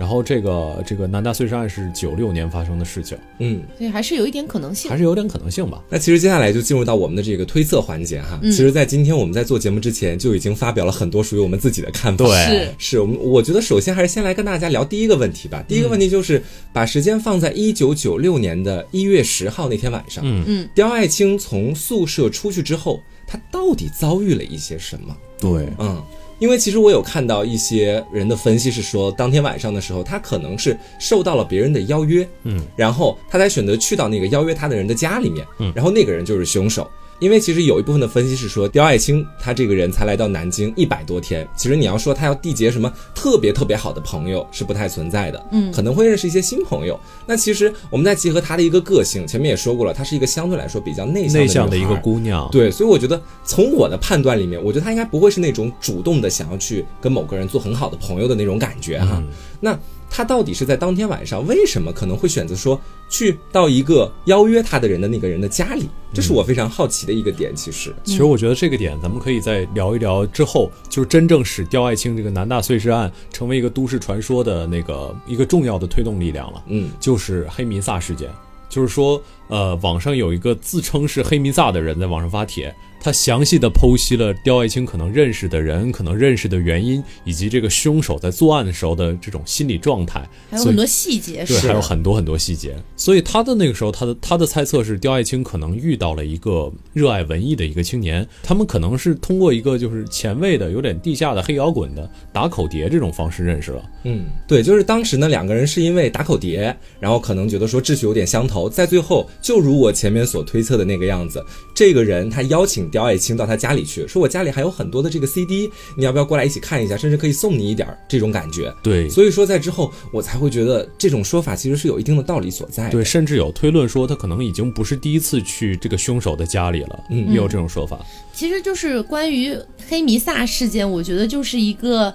C: 然后这个这个南大碎尸案是九六年发生的事情，
B: 嗯，
A: 所以还是有一点可能性
C: 还。是有点可能性吧。
B: 那其实接下来就进入到我们的这个推测环节
A: 嗯
B: 哈。其实，在今天我们在做节目之前，就已经发表了很多属于我们自己的看法。
C: 对
A: 是
B: 是我们我觉得首先还是先来跟大家聊第一个问题吧。第
A: 嗯
B: 一个问题就是把时间放在一九九六年的一月十号那天晚上。
C: 嗯
A: 嗯，
B: 刁爱青从宿舍出去之后，她到底遭遇了一些什么？
C: 对，
B: 嗯，因为其实我有看到一些人的分析是说，当天晚上的时候，他可能是受到了别人的邀约，嗯，然后他才选择去到那个邀约他的人的家里面，嗯，然后那个人就是凶手。因为其实有一部分的分析是说，刁爱青她这个人才来到南京一百多天，其实你要说她要缔结什么特别特别好的朋友是不太存在的，嗯，可能会认识一些新朋友。那其实我们再结合她的一个个性，前面也说过了，她是一个相对来说比较内向
C: 内向的
B: 女
C: 一
B: 孩
C: 个姑娘，
B: 对，所以我觉得从我的判断里面，我觉得他应该不会是那种主动的想要去跟某个人做很好的朋友的那种感觉哈。那他到底是在当天晚上为什么可能会选择说去到一个邀约他的人的那个人的家里？这是我非常好奇的一个点。其实，
C: 其实我觉得这个点，咱们可以再聊一聊之后，就是真正使刁爱青这个南大碎尸案成为一个都市传说的那个一个重要的推动力量了。
B: 嗯，
C: 就是黑弥撒事件，就是说，呃，网上有一个自称是黑弥撒的人在网上发帖，他详细的剖析了刁爱青可能认识的人、可能认识的原因，以及这个凶手在作案的时候的这种心理状态，
A: 还有
C: 所以
A: 很多细节
C: 对，
A: 是
C: 还有很多很多细节。所以他的那个时候，他的他的猜测是，刁爱青可能遇到了一个热爱文艺的一个青年，他们可能是通过一个就是前卫的、有点地下的黑摇滚的打口碟这种方式认识了。
B: 嗯，对，就是当时呢，两个人是因为打口碟，然后可能觉得说志趣有点相投，在最后就如我前面所推测的那个样子，这个人他邀请刁爱青到他家里去，说我家里还有很多的这个 CD，你要不要过来一起看一下，甚至可以送你一点儿这种感觉。
C: 对
B: 所以说，在之后我才会觉得这种说法其实是有一定的道理所在的。
C: 对，甚至有推论说他可能已经不是第一次去这个凶手的家里了，
B: 嗯
C: 也有这种说法。
A: 其实就是关于黑弥撒事件，我觉得就是一个。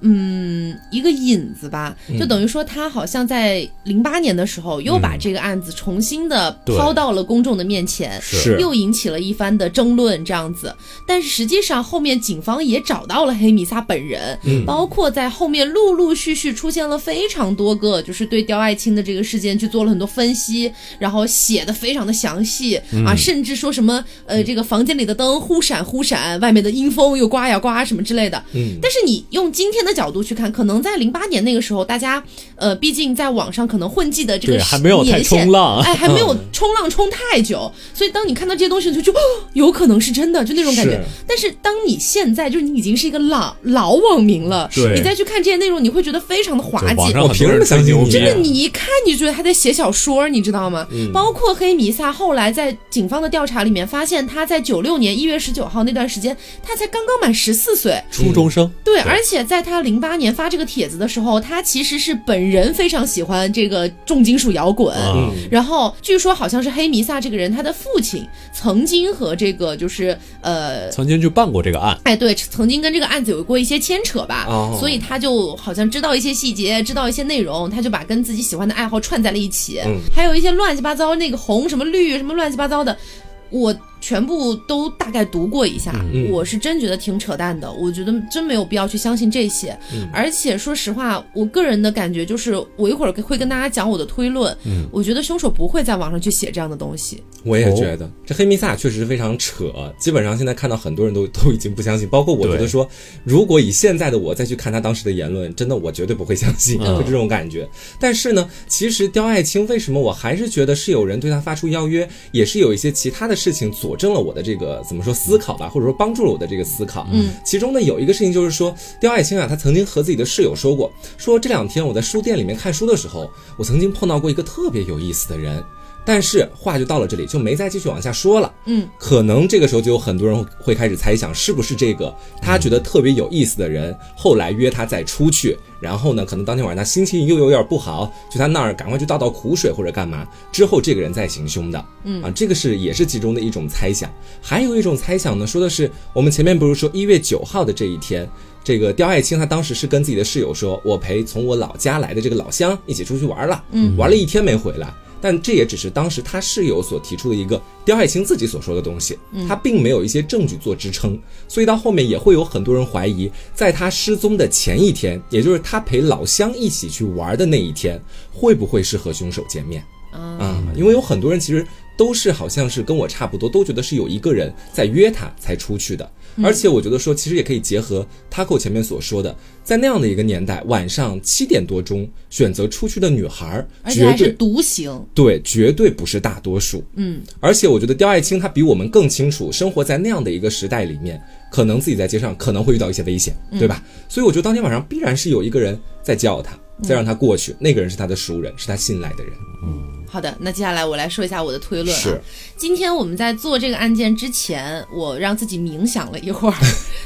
A: 嗯，一个引子吧，
B: 嗯
A: 就等于说他好像在零八年的时候又把这个案子重新的
C: 对
A: 抛到了公众的面前，
B: 是
A: 又引起了一番的争论，这样子。但是实际上，后面警方也找到了黑米萨本人，
C: 嗯
A: 包括在后面陆陆续续出现了非常多个，就是对刁爱青的这个事件去做了很多分析，然后写的非常的详细、
C: 嗯
A: 啊，甚至说什么呃，这个房间里的灯忽闪忽闪，外面的阴风又刮呀刮什么之类的。
B: 嗯，
A: 但是你用今天的角度去看，可能在零八年那个时候，大家呃，毕竟在网上可能混迹的这个
C: 对，还没有太
A: 年限
C: 冲浪。
A: 哎，还没
C: 嗯
A: 有冲浪冲太久，所以当你看到这些东西，你就就、哦、有可能是真的，就那种感觉
B: 是。
A: 但是当你现在就是你已经是一个老老网民了，
C: 对
A: 你再去看这些内容，你会觉得非常的滑
C: 对网
A: 稽。
C: 上
B: 我
C: 很
B: 凭什
C: 多人
B: 么
C: 吹
B: 相信
C: 牛
B: 你
C: 逼
A: 真，的，你一看你就觉得他在写小说，你知道吗？
C: 嗯
A: 包括黑弥撒，后来在警方的调查里面发现，他在九六年一月十九号那段时间，他才刚刚满十四岁，
B: 嗯
C: 初中生。
A: 对，而且在他零八年发这个帖子的时候，他其实是本人非常喜欢这个重金属摇滚。
C: 啊
B: 嗯，
A: 然后据说好像是黑弥撒这个人，他的父亲曾经和这个就是呃，
C: 曾经就办过这个案，
A: 哎对，曾经跟这个案子有过一些牵扯吧，
B: 哦
A: 所以他就好像知道一些细节，知道一些内容，他就把跟自己喜欢的爱好串在了一起，
B: 嗯
A: 还有一些乱七八糟那个红什么绿什么乱七八糟的，我全部都大概读过一下，
B: 嗯
A: 我是真觉得挺扯淡的，我觉得真没有必要去相信这些。
B: 嗯
A: 而且说实话，我个人的感觉就是，我一会儿会跟大家讲我的推论，
B: 嗯
A: 我觉得凶手不会在网上去写这样的东西。
B: 我
C: 哦
B: 也觉得、这黑弥撒确实非常扯，基本上现在看到很多人都都已经不相信，包括我觉
C: 对
B: 得说，如果以现在的我再去看他当时的言论，真的我绝对不会相信，
C: 嗯
B: 就这种感觉。但是呢，其实刁爱青为什么我还是觉得是有人对他发出邀约，也是有一些其他的事情佐证了我的这个怎么说思考吧，或者说帮助了我的这个思考。
A: 嗯，
B: 其中呢有一个事情就是说，刁爱青啊，她曾经和自己的室友说过，说这两天我在书店里面看书的时候，我曾经碰到过一个特别有意思的人。但是话就到了这里，就没再继续往下说了。
A: 嗯，
B: 可能这个时候就有很多人会会开始猜想，是不是这个他觉得特别有意思的人，后来约他再出去，然后呢，可能当天晚上他心情又有点不好，去他那儿赶快去倒倒苦水或者干嘛，之后这个人再行凶的。
A: 嗯
B: 啊，这个是也是其中的一种猜想。还有一种猜想呢，说的是我们前面不是说一月九号的这一天。这个刁爱青，她当时是跟自己的室友说：“我陪从我老家来的这个老乡一起出去玩了，
A: 嗯
B: 玩了一天没回来。”但这也只是当时他室友所提出的一个刁爱青自己所说的东西，
A: 嗯
B: 他并没有一些证据做支撑，所以到后面也会有很多人怀疑，在他失踪的前一天，也就是他陪老乡一起去玩的那一天，会不会是和凶手见面？
A: 啊，
B: 啊，因为有很多人其实都是好像是跟我差不多，都觉得是有一个人在约他才出去的。
A: 嗯
B: 而且我觉得说，其实也可以结合 Taco 前面所说的，在那样的一个年代，晚上七点多钟选择出去的女孩儿，
A: 而且
B: 绝
A: 还是
B: 对
A: 独行。
B: 对，绝对不是大多数。
A: 嗯，
B: 而且我觉得刁爱青她比我们更清楚，生活在那样的一个时代里面，可能自己在街上可能会遇到一些危险，
A: 嗯
B: 对吧？所以我觉得当天晚上必然是有一个人在叫她，在让她过去，那个人是她的熟人，是她信赖的人。
A: 好的，那接下来我来说一下我的推论、啊。
B: 是，
A: 今天我们在做这个案件之前，我让自己冥想了一 会儿，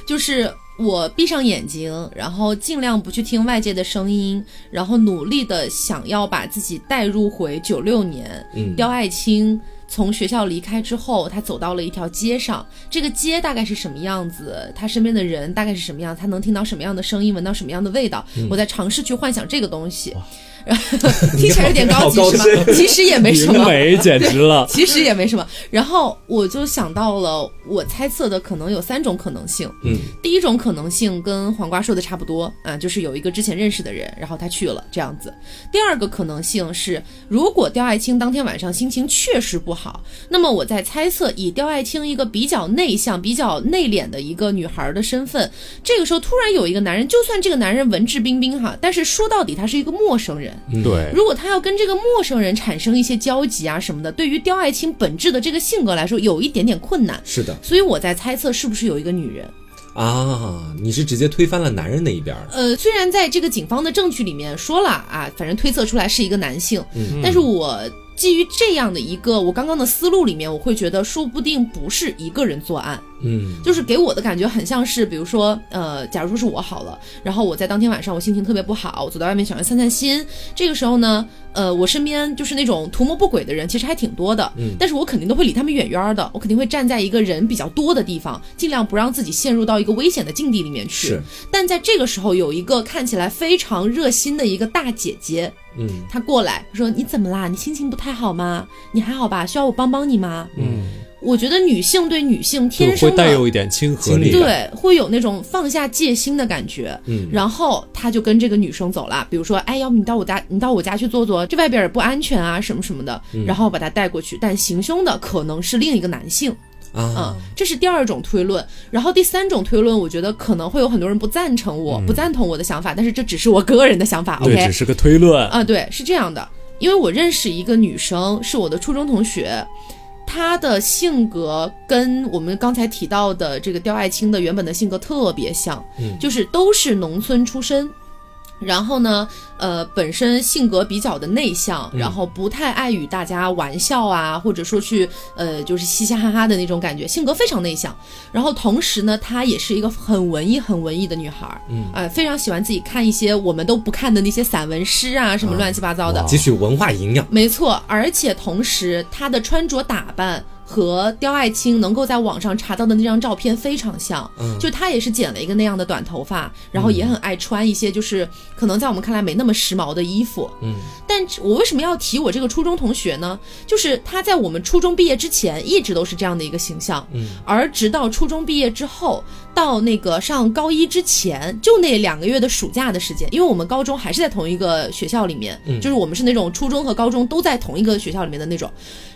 A: 就是我闭上眼睛，然后尽量不去听外界的声音，然后努力的想要把自己带入回九六年、
B: 嗯
A: 刁爱青从学校离开之后，他走到了一条街上，这个街大概是什么样子，他身边的人大概是什么样，他能听到什么样的声音，闻到什么样的味道。
B: 嗯
A: 我在尝试去幻想这个东西，然后 听起来有点高级
B: 你好
A: 是吗
B: 高？
A: 其实也没什
C: 灵
A: 么，。
C: 媒简直了
A: 其实也没什么。然后我就想到了，我猜测的可能有三种可能性。
B: 嗯，
A: 第一种可能性跟黄瓜说的差不多啊，就是有一个之前认识的人，然后他去了这样子。第二个可能性是，如果刁爱青当天晚上心情确实不好，那么我在猜测，以刁爱青一个比较内向、比较内敛的一个女孩的身份，这个时候突然有一个男人，就算这个男人文质彬彬哈，但是说到底他是一个陌生人，
B: 嗯
C: 对，
A: 如果他要跟这个陌生人产生一些交集啊什么的，对于刁爱青本质的这个性格来说，有一点点困难。
B: 是的
A: 所以我在猜测是不是有一个女人。
B: 啊，你是直接推翻了男人那一边儿了。
A: 呃，虽然在这个警方的证据里面说了啊，反正推测出来是一个男性，但是我。基于这样的一个我刚刚的思路里面，我会觉得说不定不是一个人作案，
B: 嗯
A: 就是给我的感觉很像是，比如说，呃，假如说是我好了，然后我在当天晚上我心情特别不好，我走到外面想要散散心，这个时候呢，呃，我身边就是那种图谋不轨的人，其实还挺多的，
B: 嗯
A: 但是我肯定都会离他们远远的，我肯定会站在一个人比较多的地方，尽量不让自己陷入到一个危险的境地里面去。
B: 是
A: 但在这个时候，有一个看起来非常热心的一个大姐姐，
B: 嗯
A: 她过来说：“你怎么啦？你心情不太好吗？你还好吧？需要我帮帮你吗？”
C: 嗯，
A: 我觉得女性对女性天
C: 就
A: 生
C: 会
A: 的
C: 带有一点亲和
B: 亲
C: 力。
B: 密
A: 对，会有那种放下戒心的感觉。
B: 嗯
A: 然后他就跟这个女生走了，比如说，哎，要不你到我家，你到我家去坐坐，这外边也不安全啊，什么什么的。然后把他带过去，但行凶的可能是另一个男性，嗯
B: 啊，，
A: 这是第二种推论。然后第三种推论，我觉得可能会有很多人不赞成我，不赞同我的想法，但是这只是我个人的想法。
C: 对，
A: OK，
C: 只是个推论。
A: 啊，对，是这样的，因为我认识一个女生，是我的初中同学，她的性格跟我们刚才提到的这个刁爱青的原本的性格特别像，
B: 嗯
A: 就是都是农村出身。然后呢，呃，本身性格比较的内向，然后不太爱与大家玩笑啊，或者说去呃，就是嘻嘻哈哈的那种感觉，性格非常内向。然后同时呢，她也是一个很文艺、很文艺的女孩儿，嗯，呃，非常喜欢自己看一些我们都不看的那些散文诗啊，什么乱七八糟的。
B: 汲取文化营养。
A: 没错，而且同时她的穿着打扮和刁爱青能够在网上查到的那张照片非常像，
B: 嗯
A: 就她也是剪了一个那样的短头发，然后也很爱穿一些就是可能在我们看来没那么时髦的衣服。
B: 嗯，
A: 但我为什么要提我这个初中同学呢？就是她在我们初中毕业之前一直都是这样的一个形象，
B: 嗯，
A: 而直到初中毕业之后，到那个上高一之前，就那两个月的暑假的时间，因为我们高中还是在同一个学校里面，
B: 嗯
A: 就是我们是那种初中和高中都在同一个学校里面的那种。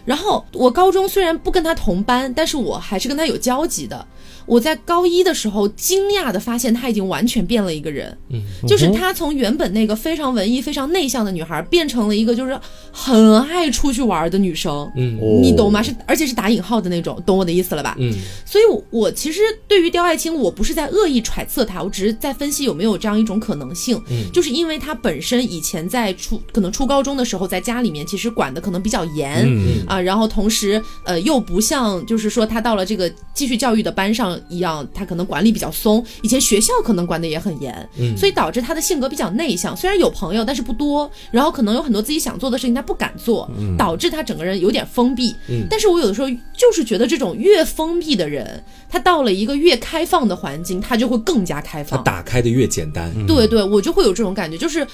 A: 然后我高中虽然不跟他同班，但是我还是跟他有交集的。我在高一的时候，惊讶的发现他已经完全变了一个人，
B: 嗯，
A: 就是她从原本那个非常文艺、非常内向的女孩，变成了一个就是很爱出去玩的女生。
B: 嗯
C: 哦
A: 你懂吗？是，而且是打引号的那种，懂我的意思了吧？
B: 嗯
A: 所以我，我其实对于刁爱青，我不是在恶意揣测她，我只是在分析有没有这样一种可能性，
B: 嗯
A: 就是因为她本身以前在初可能初高中的时候，在家里面其实管的可能比较严。
C: 嗯，
A: 啊，然后同时，呃，又不像就是说她到了这个继续教育的班上一样，她可能管理比较松，以前学校可能管的也很严，
B: 嗯
A: 所以导致她的性格比较内向，虽然有朋友，但是不多，然后可能有很多自己想做的事情她不敢做，导致她整个人有点封闭。
B: 嗯
A: 但是我有的时候就是觉得这种越封闭的人，他到了一个越开放的环境，他就会更加开
B: 嗯它
A: 放。
B: 打开的越简单。
A: 对对，我就会有这种感觉，就是。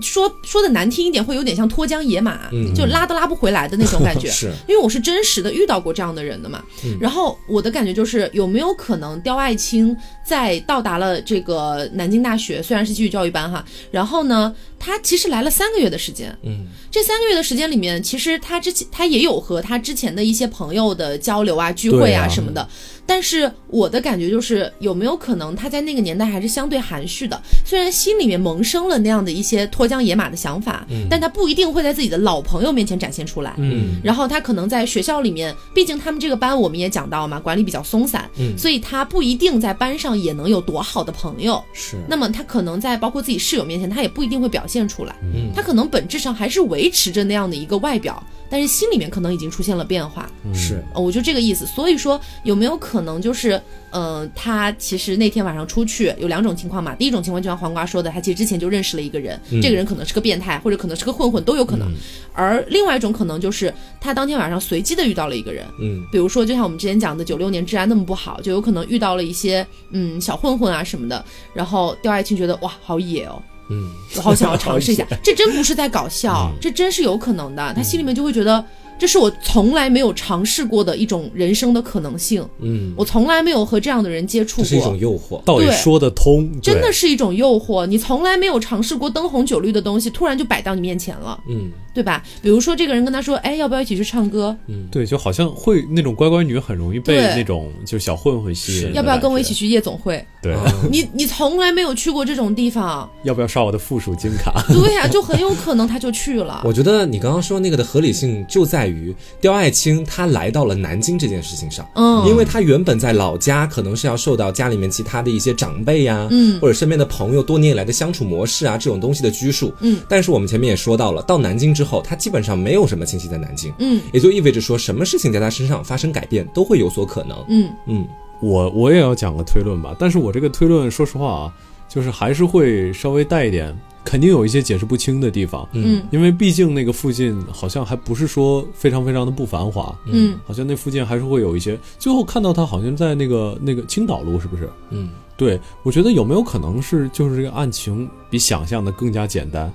A: 说说的难听一点，会有点像脱缰野马，
B: 嗯
A: 就拉都拉不回来的那种 感觉。
B: 是
A: 因为我是真实的遇到过这样的人的嘛。
C: 嗯
A: 然后我的感觉就是，有没有可能刁爱青在到达了这个南京大学，虽然是继续教育班哈，然后呢，她其实来了三个月的时间。
B: 嗯，
A: 这三个月的时间里面，其实她之前她也有和她之前的一些朋友的交流啊、聚会
C: 对啊
A: 啊什么的。但是我的感觉就是，有没有可能她在那个年代还是相对含蓄的？虽然心里面萌生了那样的一些脱缰野马的想法，但她不一定会在自己的老朋友面前展现出来。
C: 嗯，
A: 然后他可能在学校里面，毕竟他们这个班我们也讲到嘛，管理比较松散，
B: 嗯
A: 所以他不一定在班上也能有多好的朋友。
B: 是
A: 那么他可能在包括自己室友面前，他也不一定会表现出来，
B: 嗯
A: 他可能本质上还是维持着那样的一个外表，但是心里面可能已经出现了变化。
B: 是
A: 呃我就这个意思。所以说，有没有可能就是，呃，他其实那天晚上出去有两种情况嘛。第一种情况就像黄瓜说的，他其实之前就认识了一个人，这个人可能是个变态，或者可能是个混混，都有可能。而另外一种可能就是他当天晚上随机的遇到了一个人，
B: 嗯，
A: 比如说就像我们之前讲的，九六年治安那么不好，就有可能遇到了一些嗯小混混啊什么的，然后掉爱情觉得哇好野哦，
B: 嗯，
A: 我好想要尝试一下，这真不是在搞笑，这真是有可能的，他心里面就会觉得。这是我从来没有尝试过的一种人生的可能性，
B: 嗯，
A: 我从来没有和这样的人接触过，
B: 这是一种诱惑。
C: 倒也
A: 对
C: 说得通，
A: 真的
C: 对
A: 是一种诱惑。你从来没有尝试过灯红酒绿的东西，突然就摆到你面前了，
B: 嗯，
A: 对吧？比如说这个人跟他说，哎，要不要一起去唱歌？
C: 对，就好像会那种乖乖女很容易被
A: 对
C: 那种就小混混吸
B: 是
C: 引，
A: 要不要跟我一起？去夜总会？
C: 对，
A: 你你从来没有去过这种地方，
C: 要不要刷我的附属金卡？
A: 对呀、就很有可能他就去了。
B: 我觉得你刚刚说那个的合理性就在于刁爱青她来到了南京这件事情上。
A: 嗯，
B: 因为她原本在老家，可能是要受到家里面其他的一些长辈呀、
A: 嗯
B: 或者身边的朋友多年以来的相处模式啊这种东西的拘束，
A: 嗯。
B: 但是我们前面也说到了，到南京之后，她基本上没有什么亲戚在南京，
A: 嗯
B: 也就意味着说，什么事情在她身上发生改变都会有所可能。
A: 嗯
B: 嗯
C: 我我也要讲个推论吧，但是我这个推论，说实话啊，就是还是会稍微带一点，肯定有一些解释不清的地方，
A: 嗯
C: 因为毕竟那个附近好像还不是说非常非常的不繁华，
A: 嗯
C: 好像那附近还是会有一些。最后看到他好像在那个那个青岛路，是不是？
B: 嗯，
C: 对，我觉得有没有可能是就是这个案情比想象的更加简单，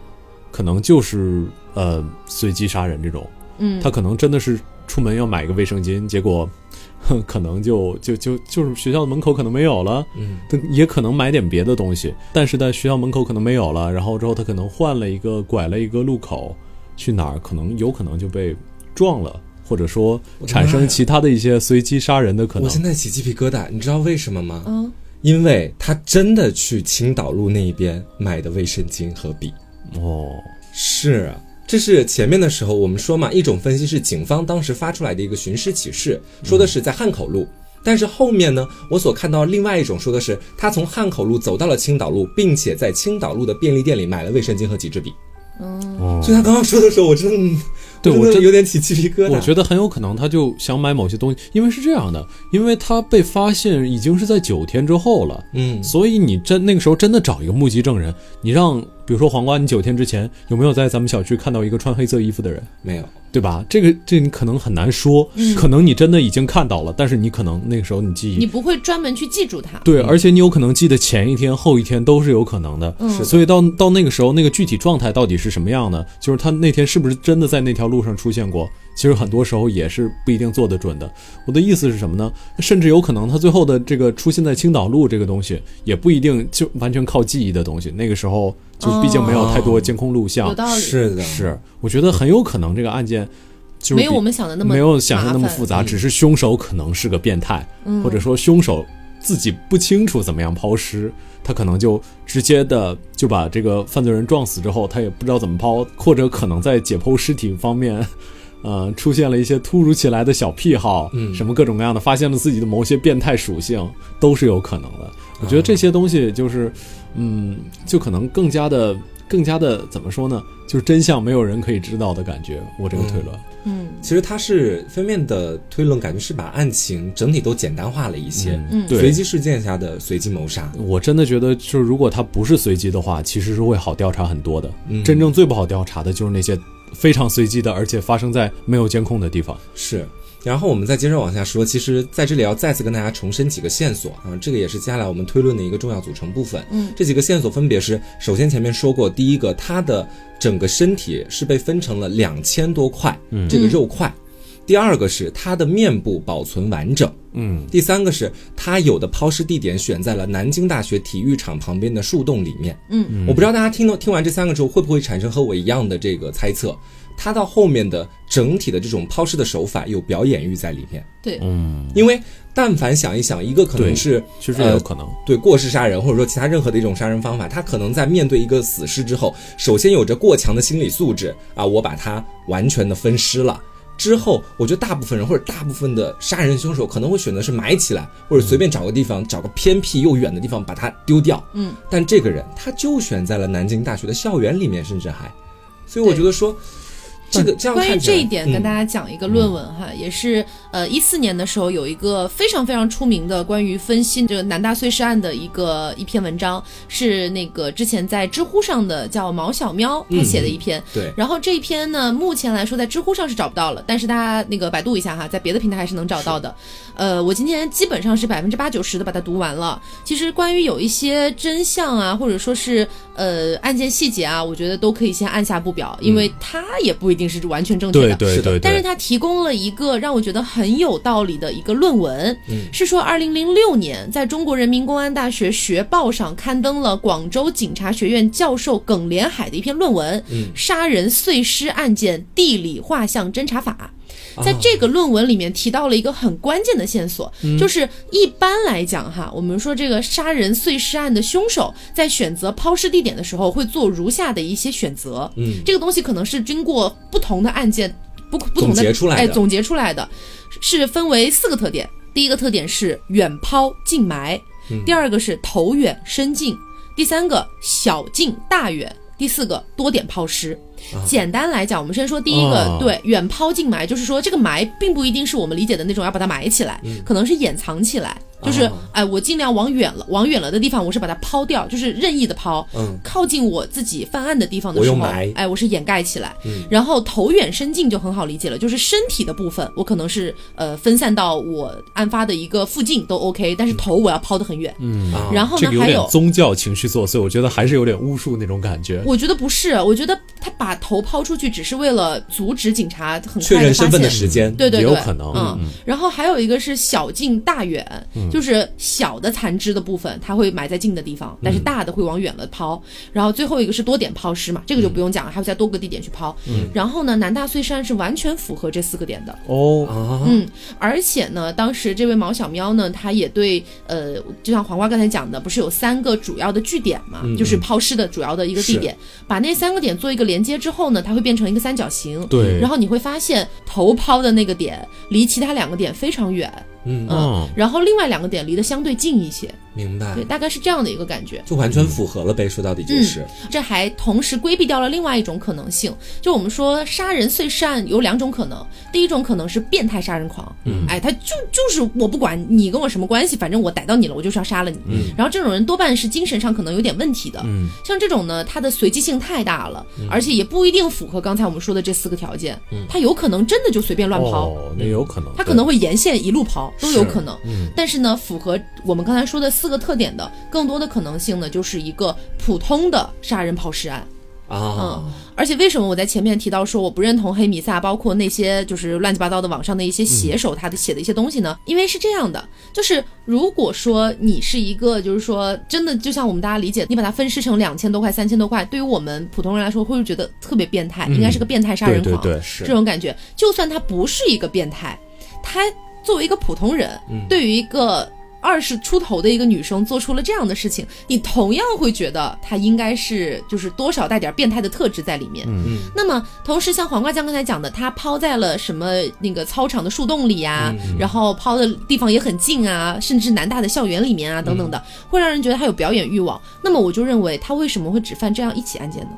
C: 可能就是呃随机杀人这种，
A: 嗯，
C: 他可能真的是出门要买个卫生巾，结果哼可能就就就就是学校门口可能没有了，
B: 嗯，
C: 也可能买点别的东西，但是在学校门口可能没有了，然后之后他可能换了一个拐了一个路口去哪儿，可能有可能就被撞了。或者说
B: 我的妈
C: 产生
B: 呀
C: 其他的一些随机杀人的可
B: 我
C: 能，
B: 现在起鸡皮疙瘩，你知道为什么吗？
A: 嗯
B: 因为她真的去青岛路那一边买的卫生巾和笔。
C: 哦，
B: 是，
C: 啊
B: 这是前面的时候我们说嘛，一种分析是警方当时发出来的一个寻尸启事，
C: 嗯
B: 说的是在汉口路。但是后面呢，我所看到另外一种说的是，他从汉口路走到了青岛路，并且在青岛路的便利店里买了卫生巾和几支笔。
A: 嗯
C: 哦
B: 所以他刚刚说的时候，我真的，嗯
C: 对我
B: 真的
C: 真
B: 有点起鸡皮疙瘩。
C: 我觉得很有可能他就想买某些东西，因为是这样的，因为他被发现已经是在九天之后了，
B: 嗯，
C: 所以你真那个时候真的找一个目击证人，你让比如说黄瓜，你九天之前有没有在咱们小区看到一个穿黑色衣服的人，
B: 没有，
C: 对吧？这个这你可能很难说，可能你真的已经看到了，但是你可能那个时候你记忆
A: 你不会专门去记住他。
C: 对，而且你有可能记得前一天、后一天都是有可能的。
A: 嗯是的
C: 所以到到那个时候，那个具体状态到底是什么样呢？就是他那天是不是真的在那条路上出现过？其实很多时候也是不一定做得准的。我的意思是什么呢？甚至有可能他最后的这个出现在青岛路这个东西，也不一定就完全靠记忆的东西。那个时候就毕竟没有太多监控录像，
A: 哦有道理，
B: 是的，
C: 是啊我觉得很有可能这个案件就是
A: 没有
C: 比
A: 我们想的那么
C: 没有想象那么
A: 麻烦嗯
C: 复杂，只是凶手可能是个变态，或者说凶手自己不清楚怎么样抛尸，他可能就直接的就把这个犯罪人撞死之后，他也不知道怎么抛，或者可能在解剖尸体方面。 呃，出现了一些突如其来的小癖好，嗯，什么各种各样的，发现了自己的某些变态属性，都是有可能的。我觉得这些东西就是，嗯，就可能更加的、更加的怎么说呢？就是真相没有人可以知道的感觉。我这个推论，
A: 嗯
B: 其实他是封面的推论，感觉是把案情整体都简单化了一些，
A: 嗯
C: 对
B: 随机事件下的随机谋杀。
C: 我真的觉得，就是如果它不是随机的话，其实是会好调查很多的。
B: 嗯
C: 真正最不好调查的就是那些非常随机的，而且发生在没有监控的地方。
B: 是。然后我们再接着往下说，其实在这里要再次跟大家重申几个线索啊，这个也是接下来我们推论的一个重要组成部分。
A: 嗯，
B: 这几个线索分别是：首先前面说过，第一个，他的整个身体是被分成了两千多块，嗯，这个肉块；第二个是他的面部保存完整；
C: 嗯，
B: 第三个是他有的抛尸地点选在了南京大学体育场旁边的树洞里面。
A: 嗯，
B: 我不知道大家听了听完这三个之后，会不会产生和我一样的这个猜测？他到后面的整体的这种抛尸的手法有表演欲在里面，
A: 对，
B: 因为但凡想一想，一个可能
C: 对
B: 是
C: 其实也有可能。
B: 对过失杀人，或者说其他任何的一种杀人方法，他可能在面对一个死尸之后，首先有着过强的心理素质啊，我把他完全的分尸了。之后，我觉得大部分人或者大部分的杀人凶手可能会选择是埋起来，或者随便找个地方，找个偏僻又远的地方把它丢掉。
A: 嗯，
B: 但这个人他就选在了南京大学的校园里面，甚至还，所以我
A: 对
B: 觉得说，这个这样
A: 关于
B: 看起
A: 这
B: 来嗯
A: 一
C: 嗯
A: 点，跟大家讲一个论文哈，也是呃一四年的时候有一个非常非常出名的关于分析这个南大碎尸案的一个一篇文章，是那个之前在知乎上的叫毛小喵
C: 嗯
A: 他写的一篇。
B: 对
A: 然后这一篇呢，目前来说在知乎上是找不到了，但是大家那个百度一下哈，在别的平台还是能找到的。呃，我今天基本上是百分之八九十的把它读完了。其实关于有一些真相啊，或者说是呃案件细节啊，我觉得都可以先按下不表，因为它也不一定是完全正确的。
C: 对对
B: 是的
C: 对
A: 但是
C: 对，
A: 他提供了一个让我觉得很有道理的一个论文，
B: 嗯
A: 是说二零零六年在中国人民公安大学学报上刊登了广州警察学院教授耿连海的一篇论文《
B: 嗯
A: 杀人碎尸案件地理画像侦查法》。
B: 啊
A: 在这个论文里面提到了一个很关键的线索，
B: 嗯
A: 就是一般来讲哈，我们说这个杀人碎尸案的凶手在选择抛尸地点的时候，会做如下的一些选择。
B: 嗯，
A: 这个东西可能是经过不同的案件不不同的
B: 总结出来的
A: 哎总结出来的，是分为四个特点。第一个特点是远抛近埋，
B: 嗯
A: 第二个是头远身近，第三个小近大远，第四个多点抛尸。简单来讲，我们先说第一个，
C: 啊
A: 对远抛近埋，就是说这个埋并不一定是我们理解的那种要把它埋起来，
C: 嗯
A: 可能是掩藏起来，就是、
B: 啊
A: 哎，我尽量往远了，往远了的地方，我是把它抛掉，就是任意的抛。
B: 嗯
A: 靠近我自己犯案的地方的时
B: 我
A: 候
B: 用埋，
A: 哎，我是掩盖起来。
B: 嗯
A: 然后头远身近就很好理解了，就是身体的部分，我可能是呃分散到我案发的一个附近都 OK，但是头我要抛得很远。
C: 嗯
B: 啊
A: 然后
C: 这
A: 呢
C: 个，有
A: 还
C: 点
A: 有。
C: 宗教情绪作祟，我觉得还是有点巫术那种感觉。
A: 我觉得不是，我觉得他把头抛出去只是为了阻止警察很
B: 确
A: 快地
B: 认
A: 发
B: 身份的
A: 现。
B: 时间，
A: 对对对，
C: 也有可能
A: 嗯，然后还有一个是小近大远，
B: 嗯
A: 就是小的残肢的部分，它会埋在近的地
B: 嗯
A: 方，但是大的会往远了抛。然后最后一个是多点抛尸嘛，这个
B: 嗯
A: 就不用讲了，还会在多个地点去抛。然后呢，南大碎山是完全符合这四个点的。
C: 哦，
B: 啊，
A: 嗯，而且呢，当时这位毛小喵呢，他也对呃，就像黄瓜刚才讲的，不是有三个主要的据点嘛，就是抛尸的主要的一个地
B: 是
A: 点，把那三个点做一个连接之后呢，它会变成一个三角形。
C: 对
A: 然后你会发现头抛的那个点离其他两个点非常远，
B: 嗯
C: 哦
A: 然后另外两个点离得相对近一些，
B: 明白
A: 对，，大概是这样的一个感觉。
B: 就完全符合了呗。说到底就是，
A: 这还同时规避掉了另外一种可能性，就我们说杀人碎尸案有两种可能，第一种可能是变态杀人狂，嗯，哎，他就就是我不管你跟我什么关系，反正我逮到你了，我就是要杀了你。嗯，然后这种人多半是精神上可能有点问题的，嗯，像这种呢，他的随机性太大了，而且也不一定符合刚才我们说的这四个条件，他有可能真的就随便乱抛。
B: 嗯
C: 哦，那有可能，
A: 他可能会沿线一路抛都有可能，
C: 嗯
A: 但是呢，符合我们刚才说的四个特点的更多的可能性呢，就是一个普通的杀人抛尸案。
B: 啊，
A: 嗯，而且为什么我在前面提到说我不认同黑弥撒，包括那些就是乱七八糟的网上的一些
C: 嗯
A: 写手他的写的一些东西呢？因为是这样的，就是如果说你是一个，就是说真的，就像我们大家理解，你把它分尸成两千多块、三千多块，对于我们普通人来说，会不会觉得特别变态？应该是个变态杀
C: 嗯对
A: 人
C: 对
A: 狂。
C: 对，
B: 是
A: 这种感觉。就算他不是一个变态，他作为一个普通人，
C: 嗯
A: 对于一个二十出头的一个女生做出了这样的事情，你同样会觉得他应该是就是多少带点变态的特质在里面。
C: 嗯
B: 嗯
A: 那么同时像黄瓜酱刚才讲的，他抛在了什么那个操场的树洞里呀、
C: 嗯
A: 然后抛的地方也很近啊，甚至南大的校园里面啊等等的，
C: 嗯
A: 会让人觉得他有表演欲望。那么我就认为他为什么会只犯这样一起案件呢？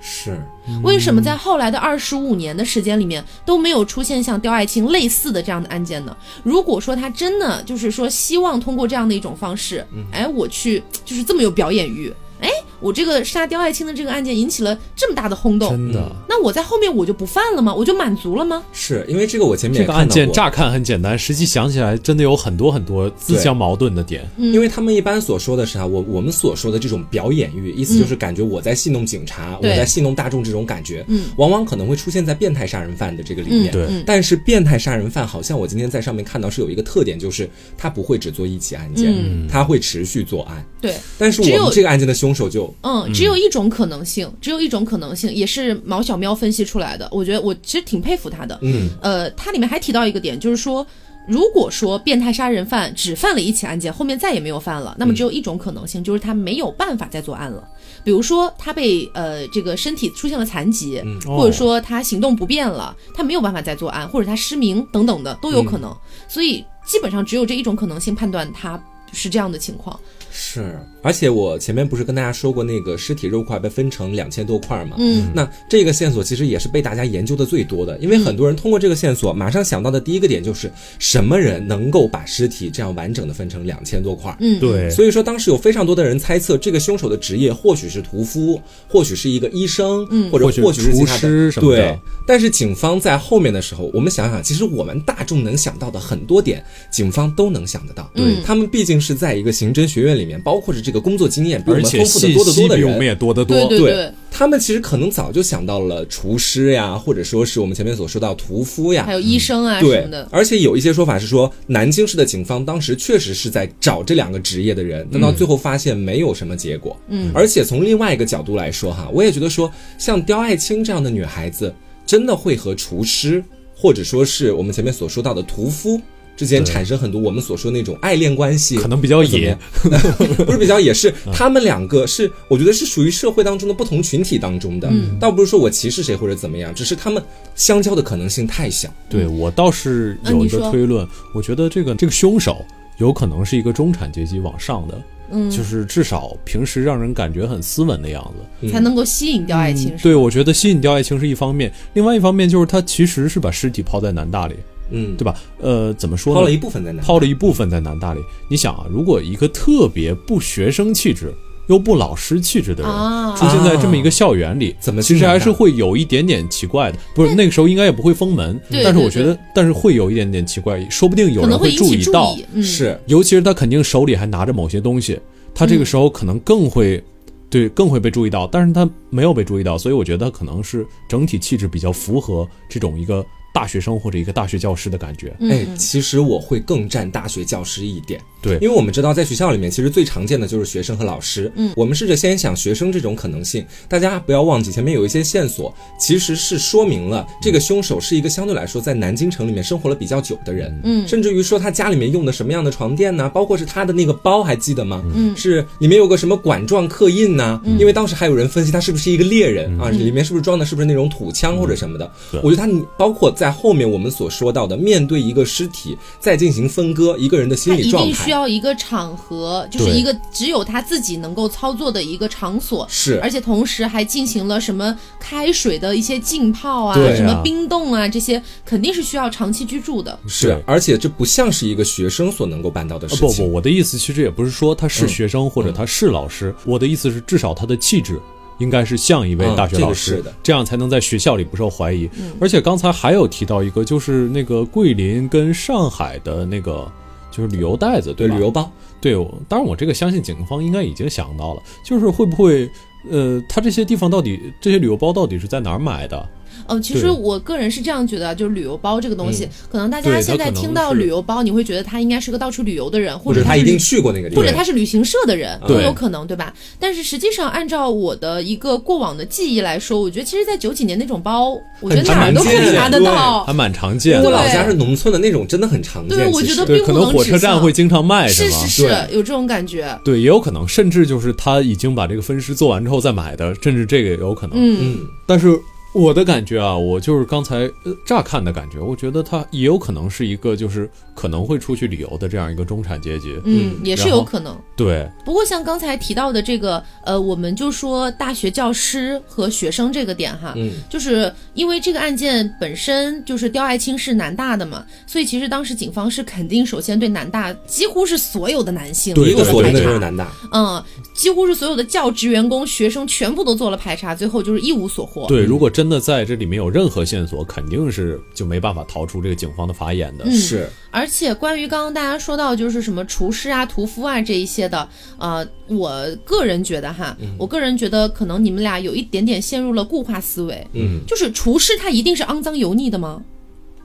B: 是
A: 为什么在后来的二十五年的时间里面都没有出现像刁爱青类似的这样的案件呢？如果说他真的就是说希望通过这样的一种方式，
C: 嗯
A: 哎，我去就是这么有表演欲，哎，我这个杀刁爱青的这个案件引起了这么大的轰动，
C: 真的。
B: 嗯
A: 那我在后面我就不犯了吗？我就满足了吗？
B: 是，因为这个我前面
C: 这
B: 也
C: 个
B: 看
C: 案
B: 到
C: 件
B: 过。
C: 乍看很简单，实际想起来真的有很多很多自相矛盾的点。
A: 嗯
B: 因为他们一般所说的是啊，我我们所说的这种表演欲，意思就是感觉我在戏弄警察，我
A: 对
B: 在戏弄大众这种感觉，
A: 嗯，
B: 往往可能会出现在变态杀人犯的这个里面。
A: 嗯
C: 对
A: 嗯
B: 但是变态杀人犯好像我今天在上面看到是有一个特点，就是他不会只做一起案件，
A: 嗯
B: 他会持续作案。
A: 对。
B: 但是
A: 只
B: 我
A: 有
B: 们这个案件的凶手就
A: 嗯，只有一种可能性，只有一种可能性，也是毛小喵分析出来的。我觉得我其实挺佩服他的。
B: 嗯，
A: 呃，它里面还提到一个点，就是说，如果说变态杀人犯只犯了一起案件，后面再也没有犯了，那么只有一种可能性，就是他没有办法再作案了。比如说他被呃这个身体出现了残疾，
C: 哦
A: 或者说他行动不便了，他没有办法再作案，或者他失明等等的都有可能。所以基本上只有这一种可能性判断他。是这样的情况。
B: 是，而且我前面不是跟大家说过，那个尸体肉块被分成两千多块嘛？
A: 嗯，
B: 那这个线索其实也是被大家研究的最多的，因为很多人通过这个线索，马上想到的第一个点就是什么人能够把尸体这样完整的分成两千多块？
A: 嗯，
C: 对，
B: 所以说，当时有非常多的人猜测，这个凶手的职业或许是屠夫，或许是一个医生，
A: 嗯
B: 或者
C: 或许
B: 或许是其他
C: 厨师什么的
B: 对，但是警方在后面的时候，我们想想，其实我们大众能想到的很多点，警方都能想得到。
A: 对嗯
B: 他们毕竟是在一个刑侦学院里面，包括是这个工作经验比我
C: 而
B: 们
C: 且
B: 丰富的
C: 信
B: 多得
C: 息
B: 多的
C: 比我们
B: 人。
C: 也多得多。
A: 对对对，
B: 他们其实可能早就想到了厨师呀，或者说是我们前面所说到屠夫呀
A: 还，有医生
C: 嗯
A: 啊什
B: 对
A: 么的，，
B: 而且有一些说法是说，南京市的警方当时确实是在找这两个职业的人，但到最后发现没有什么结果。
A: 嗯，
B: 而且从另外一个角度来说哈，我也觉得说，像刁爱青这样的女孩子，真的会和厨师，或者说是我们前面所说到的屠夫。之间产生很多我们所说那种爱恋关系，
C: 可能比较野
B: 或者怎么样，不是比较野，是
C: 嗯
B: 他们两个是，我觉得是属于社会当中的不同群体当中的，倒不是说我歧视谁或者怎么样，只是他们相交的可能性太小。
C: 对我倒是
A: 嗯
C: 有
A: 你
C: 一个
A: 说
C: 推论，我觉得这个这个凶手有可能是一个中产阶级往上的，嗯，就是至少平时让人感觉很斯文的样
B: 嗯
C: 子。
A: 才嗯能够吸引掉爱情。是吧
C: 嗯对，我觉得吸引掉爱情是一方面，另外一方面就是他其实是把尸体抛在南大里，
B: 嗯，
C: 对吧？呃，怎么说呢？
B: 抛了一部分在哪？
C: 抛了一部分在南大里。你想啊，如果一个特别不学生气质又不老师气质的人。
A: 啊，
C: 出现在这么一个校园里，
B: 怎么
C: 其
B: 进
C: 实
B: 南
C: 还
B: 大
C: 是会有一点点奇怪的。不是那个时候应该也不会封门，
A: 对
C: 但是
A: 对
C: 我觉
A: 对
C: 得，但是会有一点点奇怪，说不定有
A: 可
C: 人
A: 能
C: 会
A: 引起
C: 意到，
A: 意，嗯，
B: 是
C: 尤其是他肯定手里还拿着某些东西，他
A: 嗯
C: 这个时候可能更会。对，更会被注意到，但是他没有被注意到，所以我觉得他可能是整体气质比较符合这种一个大学生或者一个大学教师的感觉。
B: 哎，其实我会更站大学教师一点，
C: 对
B: 因为我们知道在学校里面，其实最常见的就是学生和老师。嗯，我们试着先想学生这种可能性，大家不要忘记前面有一些线索，其实是说明了这个凶手是一个相对来说在南京城里面生活了比较久的人。
A: 嗯
B: 甚至于说他家里面用的什么样的床垫呢、包括是他的那个包，还记得吗？嗯，是里面有个什么管状刻印呐、因为当时还有人分析他是不是一个猎人、啊，里面是不是装的是不是那种土枪或者什么的。我觉得他你包括在后面我们所说到的，面对一个尸体再进行分割，一个人的心
A: 他
B: 理
A: 一
B: 状
A: 定需
B: 态
A: 要一个场合，就是
C: 对
A: 一个只有他自己能够操作的一个场所，
B: 是
A: 而且同时还进行了什么开水的一些浸泡啊，
C: 对啊
A: 什么冰冻啊，这些肯定是需要长期居住的。
B: 是，而且这不像是一个学生所能够办到的
C: 啊
B: 事
C: 不
B: 情。嗯
C: 不，我的意思其实也不是说他是学生或者他是老师，我的意思是至少他的气质。应该是像一位
B: 嗯
C: 大学
B: 这个
C: 老师，
B: 是的嗯
C: 样才能在学校里不受怀疑。而且刚才还有提到一个，就是那个桂林跟上海的那个就是旅游袋子，
B: 对
C: 吧
B: 旅游包，
C: 对，我当然我这个相信警方应该已经想到了，就是会不会呃，他这些地方到底这些旅游包到底是在哪儿买的？
A: 呃，其
C: 对
A: 实我个人是这样觉得，就是旅游包这个东西，可能大
C: 对
A: 家
C: 它
A: 现在
C: 可能
A: 听到
C: 是
A: 旅游包，你会觉得他应该是个到处旅游的人，或
B: 或者
A: 者
B: 他
A: 是
B: 一定
A: 旅
B: 去过那个地
A: 或
B: 方
A: 者。他是旅行社的人，
C: 对
A: 都有可能，对吧？但是实际上，按照我的一个过往的记忆来说，我觉得其实，在九几年那种包，我觉得哪儿都可以拿得到
C: 还。蛮常见
B: 我
C: 的
A: 对，
B: 老家是农村的那种，真的很常见。
A: 对我
B: 其
A: 觉
B: 实
A: 得
C: 对，
A: 并
C: 可
A: 不
C: 能
A: 能
C: 火
A: 指
C: 车站
A: 向
C: 会经常卖，
A: 是
C: 吗？
A: 是是，有这种感觉。
C: 对，也有可能，甚至就是他已经把这个分尸做完之后再买的，甚至这个也有可能。
A: 嗯，
C: 但是我的感觉啊，我就是刚才呃乍看的感觉，我觉得他也有可能是一个就是可能会出去旅游的这样一个中产阶级。
A: 嗯，也是
C: 然后
A: 有可能。
C: 对，
A: 不过像刚才提到的这个，呃，我们就说大学教师和学生这个点哈，
B: 嗯
A: 就是因为这个案件本身就是刁爱青是南大的嘛，所以其实当时警方是肯定首先对南大几乎是所有的男性
C: 对
B: 一
A: 做
B: 个
C: 对
A: 了
B: 锁定
A: 排
B: 的就
A: 查
B: 是南大，
A: 嗯，几乎是所有的教职员工、学生全部都做了排查，最后就是一无所获。
B: 嗯
C: 对，如果真的在这里面有任何线索，肯定是就没办法逃出这个警方的法眼的。
A: 嗯
B: 是
A: 而且关于刚刚大家说到就是什么厨师啊、屠夫啊这一些的，呃，我个人觉得哈，
B: 嗯
A: 我个人觉得可能你们俩有一点点陷入了固化思维。
B: 嗯，
A: 就是厨师他一定是肮脏油腻的吗？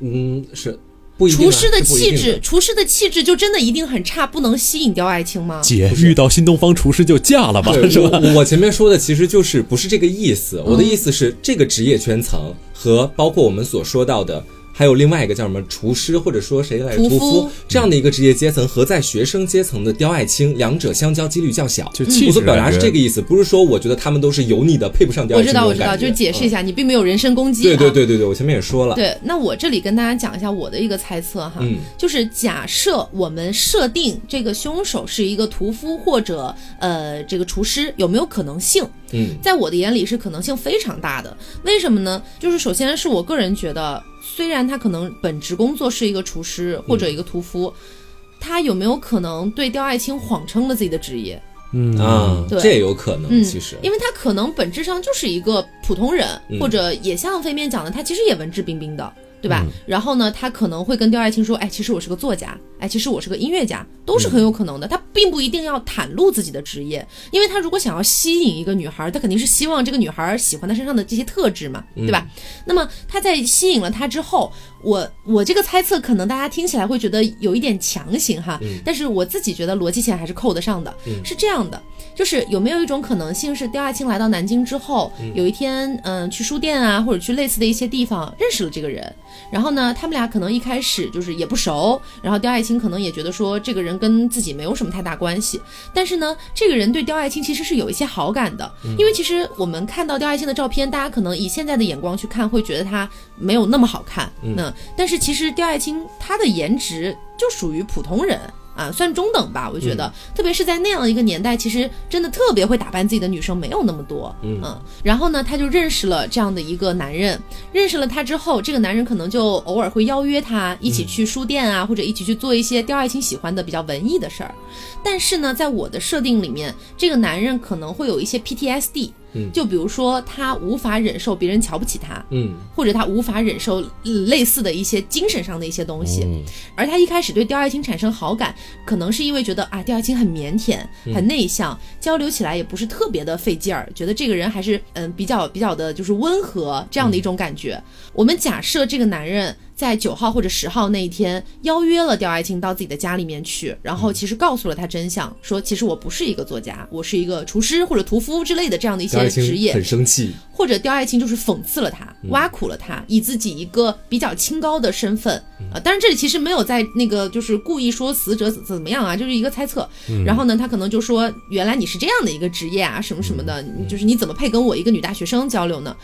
B: 嗯是不一定啊。
A: 厨师的
B: 是不一
A: 气
B: 定
A: 质，厨师的气质就真的一定很差，不能吸引掉爱情吗？
C: 姐遇到新东方厨师就嫁了吧，
B: 对，
C: 是吧？
B: 我我前面说的其实就是
A: 嗯
B: 不是这个意思，我的意思是这个职业圈层和包括我们所说到的。还有另外一个叫什么厨师，或者说谁来着
A: 屠
B: 屠
A: 夫
B: 夫这样的一个职业阶层，和在学生阶层的刁爱青，两者相交几率较小。
C: 就气
B: 我
C: 质
B: 所表达
C: 感
B: 是
C: 觉
B: 这个意思，不是说我觉得他们都是油腻的，配不上刁
A: 我
B: 爱青
A: 知
B: 那
A: 道，
B: 种
A: 我
B: 感
A: 知
B: 觉。
A: 道，就是解释一
B: 嗯。
A: 下，你并没有人身攻击、啊。
B: 对对对对对，我前面也说了。
A: 对，那我这里跟大家讲一下我的一个猜测哈，
B: 嗯
A: 就是假设我们设定这个凶手是一个屠夫或者呃这个厨师，有没有可能性？
B: 嗯
A: 在我的眼里是可能性非常大的。为什么呢？就是首先是我个人觉得，虽然他可能本职工作是一个厨师或者一个屠夫。他有没有可能对刁爱青谎称了自己的职业？
C: 嗯
B: 啊，
A: 对
B: 这也有可能，
A: 嗯
B: 其实
A: 因为他可能本质上就是一个普通人，
B: 嗯
A: 或者也像飞面讲的，他其实也文质彬彬的，对
B: 嗯
A: 吧？然后呢，他可能会跟刁爱青说：“哎，其实我是个作家，哎，其实我是个音乐家，都是很有可能的。他并不一定要袒露自己的职业，因为他如果想要吸引一个女孩，他肯定是希望这个女孩喜欢他身上的这些特质嘛，
B: 嗯
A: 对吧？那么他在吸引了她之后，我我这个猜测可能大家听起来会觉得有一点强行哈，
B: 嗯
A: 但是我自己觉得逻辑线还是扣得上的。是这样的，就是有没有一种可能性是刁亚青来到南京之后，有一天嗯、去书店啊或者去类似的一些地方认识了这个人，然后呢，他们俩可能一开始就是也不熟，然后刁爱青可能也觉得说这个人跟自己没有什么太大关系，但是呢，这个人对刁爱青其实是有一些好感的，因为其实我们看到刁爱青的照片，大家可能以现在的眼光去看，会觉得她没有那么好看，嗯，但是其实刁爱青她的颜值就属于普通人。啊，算中等吧，我觉得，特别是在那样一个年代，其实真的特别会打扮自己的女生没有那么多，嗯然后呢，她就认识了这样的一个男人，认识了他之后，这个男人可能就偶尔会邀约她一起去书店啊，或者一起去做一些刁爱青喜欢的比较文艺的事儿。但是呢，在我的设定里面，这个男人可能会有一些 PTSD，、
B: 嗯
A: 就比如说他无法忍受别人瞧不起他，
B: 嗯
A: 或者他无法忍受嗯类似的一些精神上的一些东西。而他一开始对刁爱青产生好感，可能是因为觉得啊，刁爱青很腼腆、很内向，交流起来也不是特别的费劲儿，觉得这个人还是嗯比较比较的就是温和这样的一种感觉。我们假设这个男人在九号或者十号那一天邀约了刁爱青到自己的家里面去，然后其实告诉了他真相，说其实我不是一个作家，我是一个厨师或者屠夫之类的这样的一
B: 刁
A: 些
B: 爱
A: 职
B: 青
A: 业。
B: 很生气，
A: 或者刁爱青就是讽刺了他，挖苦了他，以自己一个比较清高的身份啊、呃当然这里其实没有在那个就是故意说死者怎怎么样啊，就是一个猜测。然后呢，他可能就说原来你是这样的一个职业啊，什么什么的，就是你怎么配跟我一个女大学生交流呢？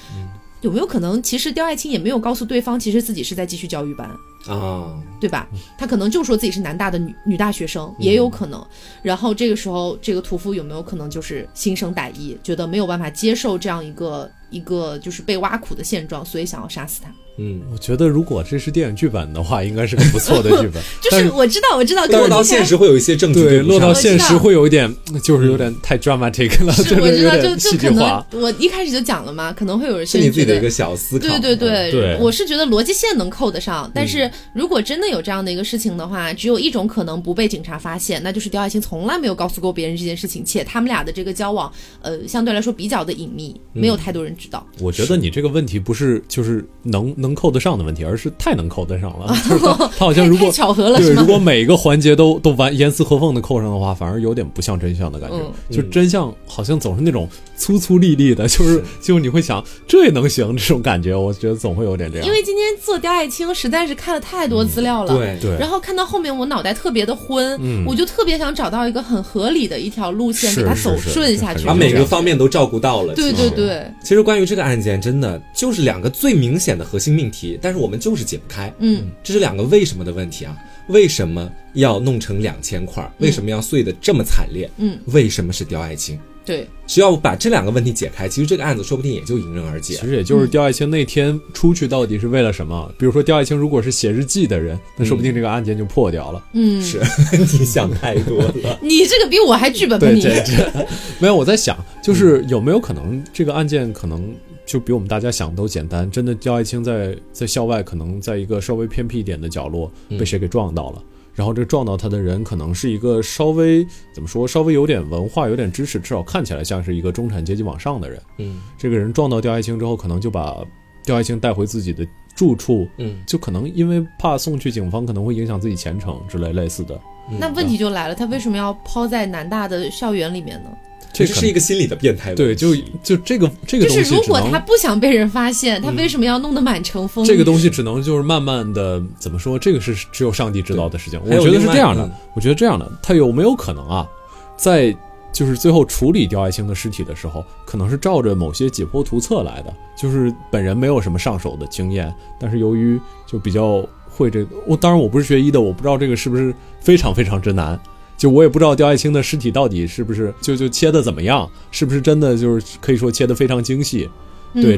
A: 有没有可能，其实刁爱青也没有告诉对方，其实自己是在继续教育班？
B: 啊，
A: 对吧？他可能就说自己是南大的女女大学生，也有可能。然后这个时候，这个屠夫有没有可能就是心生歹意，觉得没有办法接受这样一个一个就是被挖苦的现状，所以想要杀死他？
B: 嗯，
C: 我觉得如果这是电影剧本的话，应该是个不错的剧本。
A: 就
C: 但
A: 是我知道，我知道，跟
B: 但
A: 我
B: 是到
A: 之前
B: 现实会有一些证据
C: 对，嗯
B: 不
C: 落到
B: 上，
C: 现实会有一点，就是有点太 dramatic 了，
A: 是
C: 就
A: 我
C: 是
A: 知
C: 有
A: 道，就
C: 点戏
A: 就
C: 剧
A: 可能
C: 化。
A: 我一开始就讲了嘛，可能会有人
B: 是你自己的
A: 觉
B: 一
A: 得
B: 个小思考。
A: 对对对，
C: 对嗯
A: 我是觉得逻辑线能扣得上，但是如果真的有这样的一个事情的话，只有一种可能不被警察发现，那就是刁爱青从来没有告诉过别人这件事情，且他们俩的这个交往，呃，相对来说比较的隐秘，没有太多人知道。
C: 我觉得你这个问题不是就是能能扣得上的问题，而是太能扣得上了。 就是他他好像如
A: 哦太太
C: 果
A: 巧合了
C: 对，
A: 是吗
C: 如果每一个环节都都完严丝合缝的扣上的话，反而有点不像真相的感觉。
A: 嗯
C: 就真相好像总是那种粗粗粝粝的，就是就是你会想这也能行这种感觉，我觉得总会有点这样。
A: 因为今天做刁爱青实在是看了太多资料了，
B: 嗯对
C: 嗯对嗯
A: 然后看到后面，我脑袋特别的昏，我就特别想找到一个很合理的一条路线，
C: 是
A: 给它走
C: 是是
A: 顺下去。
B: 把每个方面都照顾到了。
A: 对
B: 其
A: 对
B: 实
A: 对，
B: 其实关于这个案件，真的就是两个最明显的核心命题，但是我们就是解不开。
A: 嗯，
B: 这是两个为什么的问题啊？为什么要弄成两千块儿？为什么要碎的这么惨烈？
A: 嗯，
B: 为什么是刁爱青？
A: 对，
B: 只要把这两个问题解开，其实这个案子说不定也就迎刃而解
C: 其。实也
A: 嗯
C: 就是刁爱青那天出去到底是为了什么？比如说刁爱青如果是写日记的人，那说不定这个案件就破掉了。
A: 嗯，
B: 是你想太多了。
A: 你这个比我还剧本吧
C: 对，
A: 啊你。嗯
C: 这 这没有我在想，就是有没有可能这个案件可能就比我们大家想的都简单？真的刁爱青在在校外可能在一个稍微偏僻一点的角落
A: 嗯
C: 被谁给撞到了。然后这个撞到他的人可能是一个稍微怎么说，稍微有点文化、有点知识，至少看起来像是一个中产阶级往上的人。
B: 嗯
C: 这个人撞到刁爱青之后，可能就把刁爱青带回自己的住处，
B: 嗯，
C: 就可能因为怕送去警方，可能会影响自己前程之类类似的。
B: 嗯
C: 嗯
A: 那问题就来了，他为什么要抛在南大的校园里面呢？
B: 这
C: 这
B: 是一个心理的变态。
C: 对，就就这个这个
A: 就
C: 东西
A: 是
C: 只
A: 如
C: 能，嗯
A: 果他不想被人发现，他为什么要弄得满城
B: 嗯
A: 风雨？
C: 这个东西只能就是慢慢的怎么说，这个是只有上帝知道的事情。我
B: 还有
C: 觉得是
B: 另外
C: 这样的
B: 嗯，
C: 我觉得这样的，他有没有可能啊，在就是最后处理刁爱青的尸体的时候，可能是照着某些解剖图册来的，就是本人没有什么上手的经验，但是由于就比较会这个，我当然我不是学医的，我不知道这个是不是非常非常之难。就我也不知道刁爱青的尸体到底是不是就就切的怎么样，是不是真的就是可以说切的非常精细，对，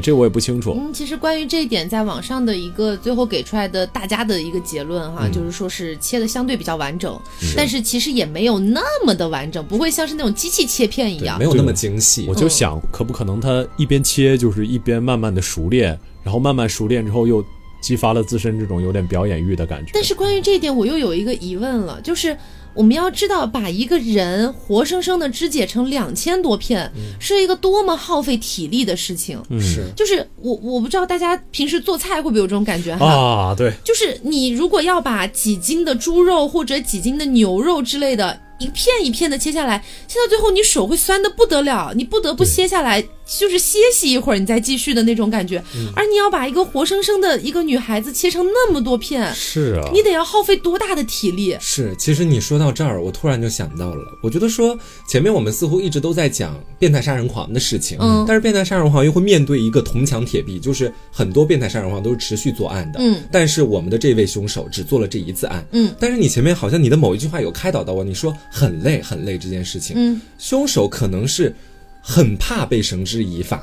A: 嗯
C: 这我也不清楚。
A: 嗯，其实关于这一点，在网上的一个最后给出来的大家的一个结论
C: 嗯
A: 哈，就是说是切的相对比较完整，但是其实也没有那么的完整，不会像是那种机器切片一
B: 对，
A: 样
B: 没。有那么精细
C: 我。
A: 嗯
C: 就想，可不可能他一边切就是一边慢慢的熟练，然后慢慢熟练之后又激发了自身这种有点表演欲的感觉。
A: 但是关于这一点，我又有一个疑问了，就是我们要知道，把一个人活生生的肢解成两千多片，
C: 嗯
A: 是一个多么耗费体力的事情。
B: 是
A: 就是我我不知道大家平时做菜会不会有这种感觉哈，
C: 啊，对，
A: 就是你如果要把几斤的猪肉或者几斤的牛肉之类的，一片一片的切下来，切到最后你手会酸的不得了，你不得不歇下来，就是歇息一会儿，你再继续的那种感觉。
C: 嗯
A: 而你要把一个活生生的一个女孩子切成那么多片，
C: 是啊，
A: 你得要耗费多大的体力？
B: 是，其实你说到这儿，我突然就想到了，我觉得说前面我们似乎一直都在讲变态杀人狂的事情，
A: 嗯
B: 但是变态杀人狂又会面对一个铜墙铁壁，就是很多变态杀人狂都是持续作案的，
A: 嗯，
B: 但是我们的这位凶手只做了这一次案，
A: 嗯，
B: 但是你前面好像你的某一句话有开导到我，你说很累很累这件事情，
A: 嗯，
B: 凶手可能是很怕被绳之以法，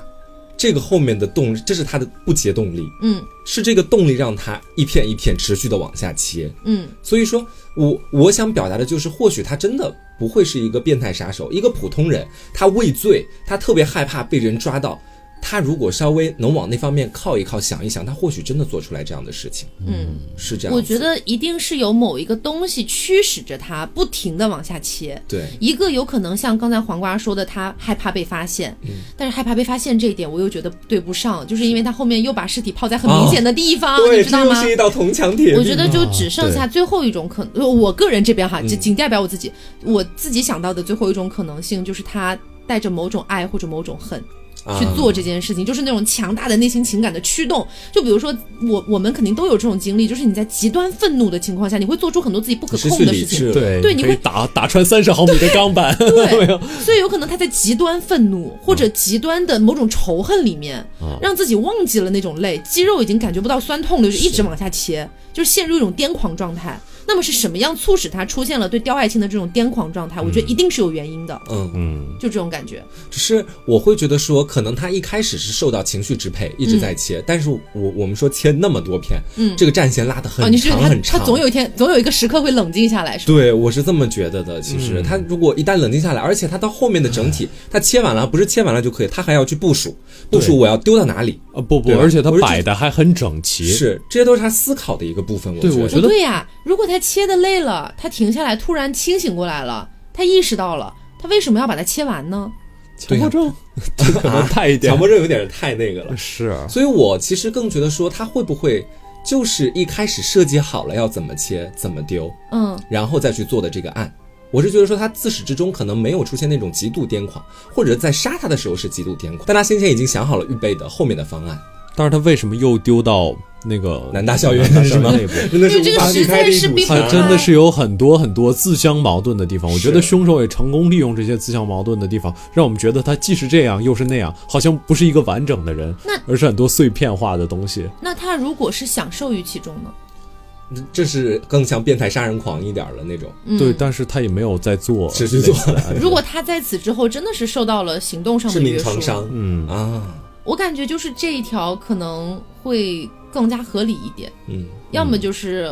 B: 这个后面的动，这是他的不竭动力，
A: 嗯
B: 是这个动力让他一片一片持续的往下切，
A: 嗯
B: 所以说我我想表达的就是，或许他真的不会是一个变态杀手，一个普通人，他畏罪，他特别害怕被人抓到。他如果稍微能往那方面靠一靠，想一想，他或许真的做出来这样的事情，
A: 嗯，
B: 是这样子。
A: 我觉得一定是有某一个东西驱使着他不停的往下切。
B: 对，
A: 一个有可能像刚才黄瓜说的，他害怕被发现，
B: 嗯
A: 但是害怕被发现这一点，我又觉得对不上，就是因为他后面又把尸体泡在很明显的地方，
B: 对，
A: 你知道
B: 这又
A: 吗？
B: 是一道铜墙铁壁。
A: 我觉得就只剩下最后一种可能，我个人这边哈，
B: 嗯
A: 仅仅代表我自己，我自己想到的最后一种可能性就是他带着某种爱或者某种恨，
B: 啊
A: 去做这件事情，就是那种强大的内心情感的驱动。就比如说，我我们肯定都有这种经历，就是你在极端愤怒的情况下，你会做出很多自己不可
B: 啊失
A: 控
B: 去
A: 的
B: 理
A: 事情。
B: 智了，
C: 对
A: 对
C: 你
A: 你
C: 可以
A: 会
C: 打打穿三十毫米的 钢板，啊没有
A: 对，所以有可能他在极端愤怒或
B: 嗯
A: 者极端的某种仇恨里面，让自己忘记了那种累，肌肉已经感觉不到酸痛了，就一直往下切，就是陷入一种癫狂状态。那么是什么样促使他出现了对刁爱青的这种癫狂状态？我觉得一定是有原因的，
B: 嗯，
A: 就这种感觉。
B: 只是我会觉得说，可能他一开始是受到情绪支配，一直在切，
A: 嗯
B: 但是我我们说切那么多片，嗯，这个战线拉得
A: 哦，
B: 很
A: 你是觉
B: 长
A: 得
B: 很
A: 他
B: 长，
A: 他总有一天总有一个时刻会冷静下来，是吧？
B: 对，我是这么觉得的。其实、
C: 嗯
B: 他如果一旦冷静下来，而且他到后面的整体，他切完了不是切完了就可以，他还要去部署，部署我要丢到哪里，
C: 啊不不，
B: 对吧
C: 而且它
B: 我是
C: 摆的还很整齐，
B: 是这些都是他思考的一个部分。我
C: 对
B: 觉
C: 我
B: 得
C: 觉得
A: 哦不对呀、如果他切的累了，他停下来，突然清醒过来了，他意识到了，他为什么要把它切完呢？
C: 强迫症， 这可能太一点
B: 啊强，迫症有 啊点太那个了。
C: 是
B: 所以我其实更觉得说，他会不会就是一开始设计好了要怎么切、怎么丢，
A: 嗯，
B: 然后再去做的这个案。我是觉得说他自始至终可能没有出现那种极度癫狂，或者在杀他的时候是极度癫狂，但他先前已经想好了预备的后面的方案，
C: 但是他为什么又丢到那个
B: 南大校园
C: 南大
B: 是吗
C: 那部？
B: 真的
A: 因为这个实在是逼不
C: 他
A: 啊
C: 真的是有很多很多自相矛盾的地方。我觉得
B: 是
C: 凶手也成功利用这些自相矛盾的地方，让我们觉得他既是这样又是那样，好像不是一个完整的人
A: 那，
C: 而是很多碎片化的东西。
A: 那他如果是享受于其中呢？
B: 这是更像变态杀人狂一点儿了那种。
C: 对，但是他也没有在做
B: 嗯持续做
C: 类似 的案 件
A: 如果他在此之后真的是受到了行动上
B: 致
A: 的
B: 命
A: 约
B: 创
A: 束，
B: 伤，嗯啊，
A: 我感觉就是这一条可能会更加合理一点，
B: 嗯，
A: 要么就是。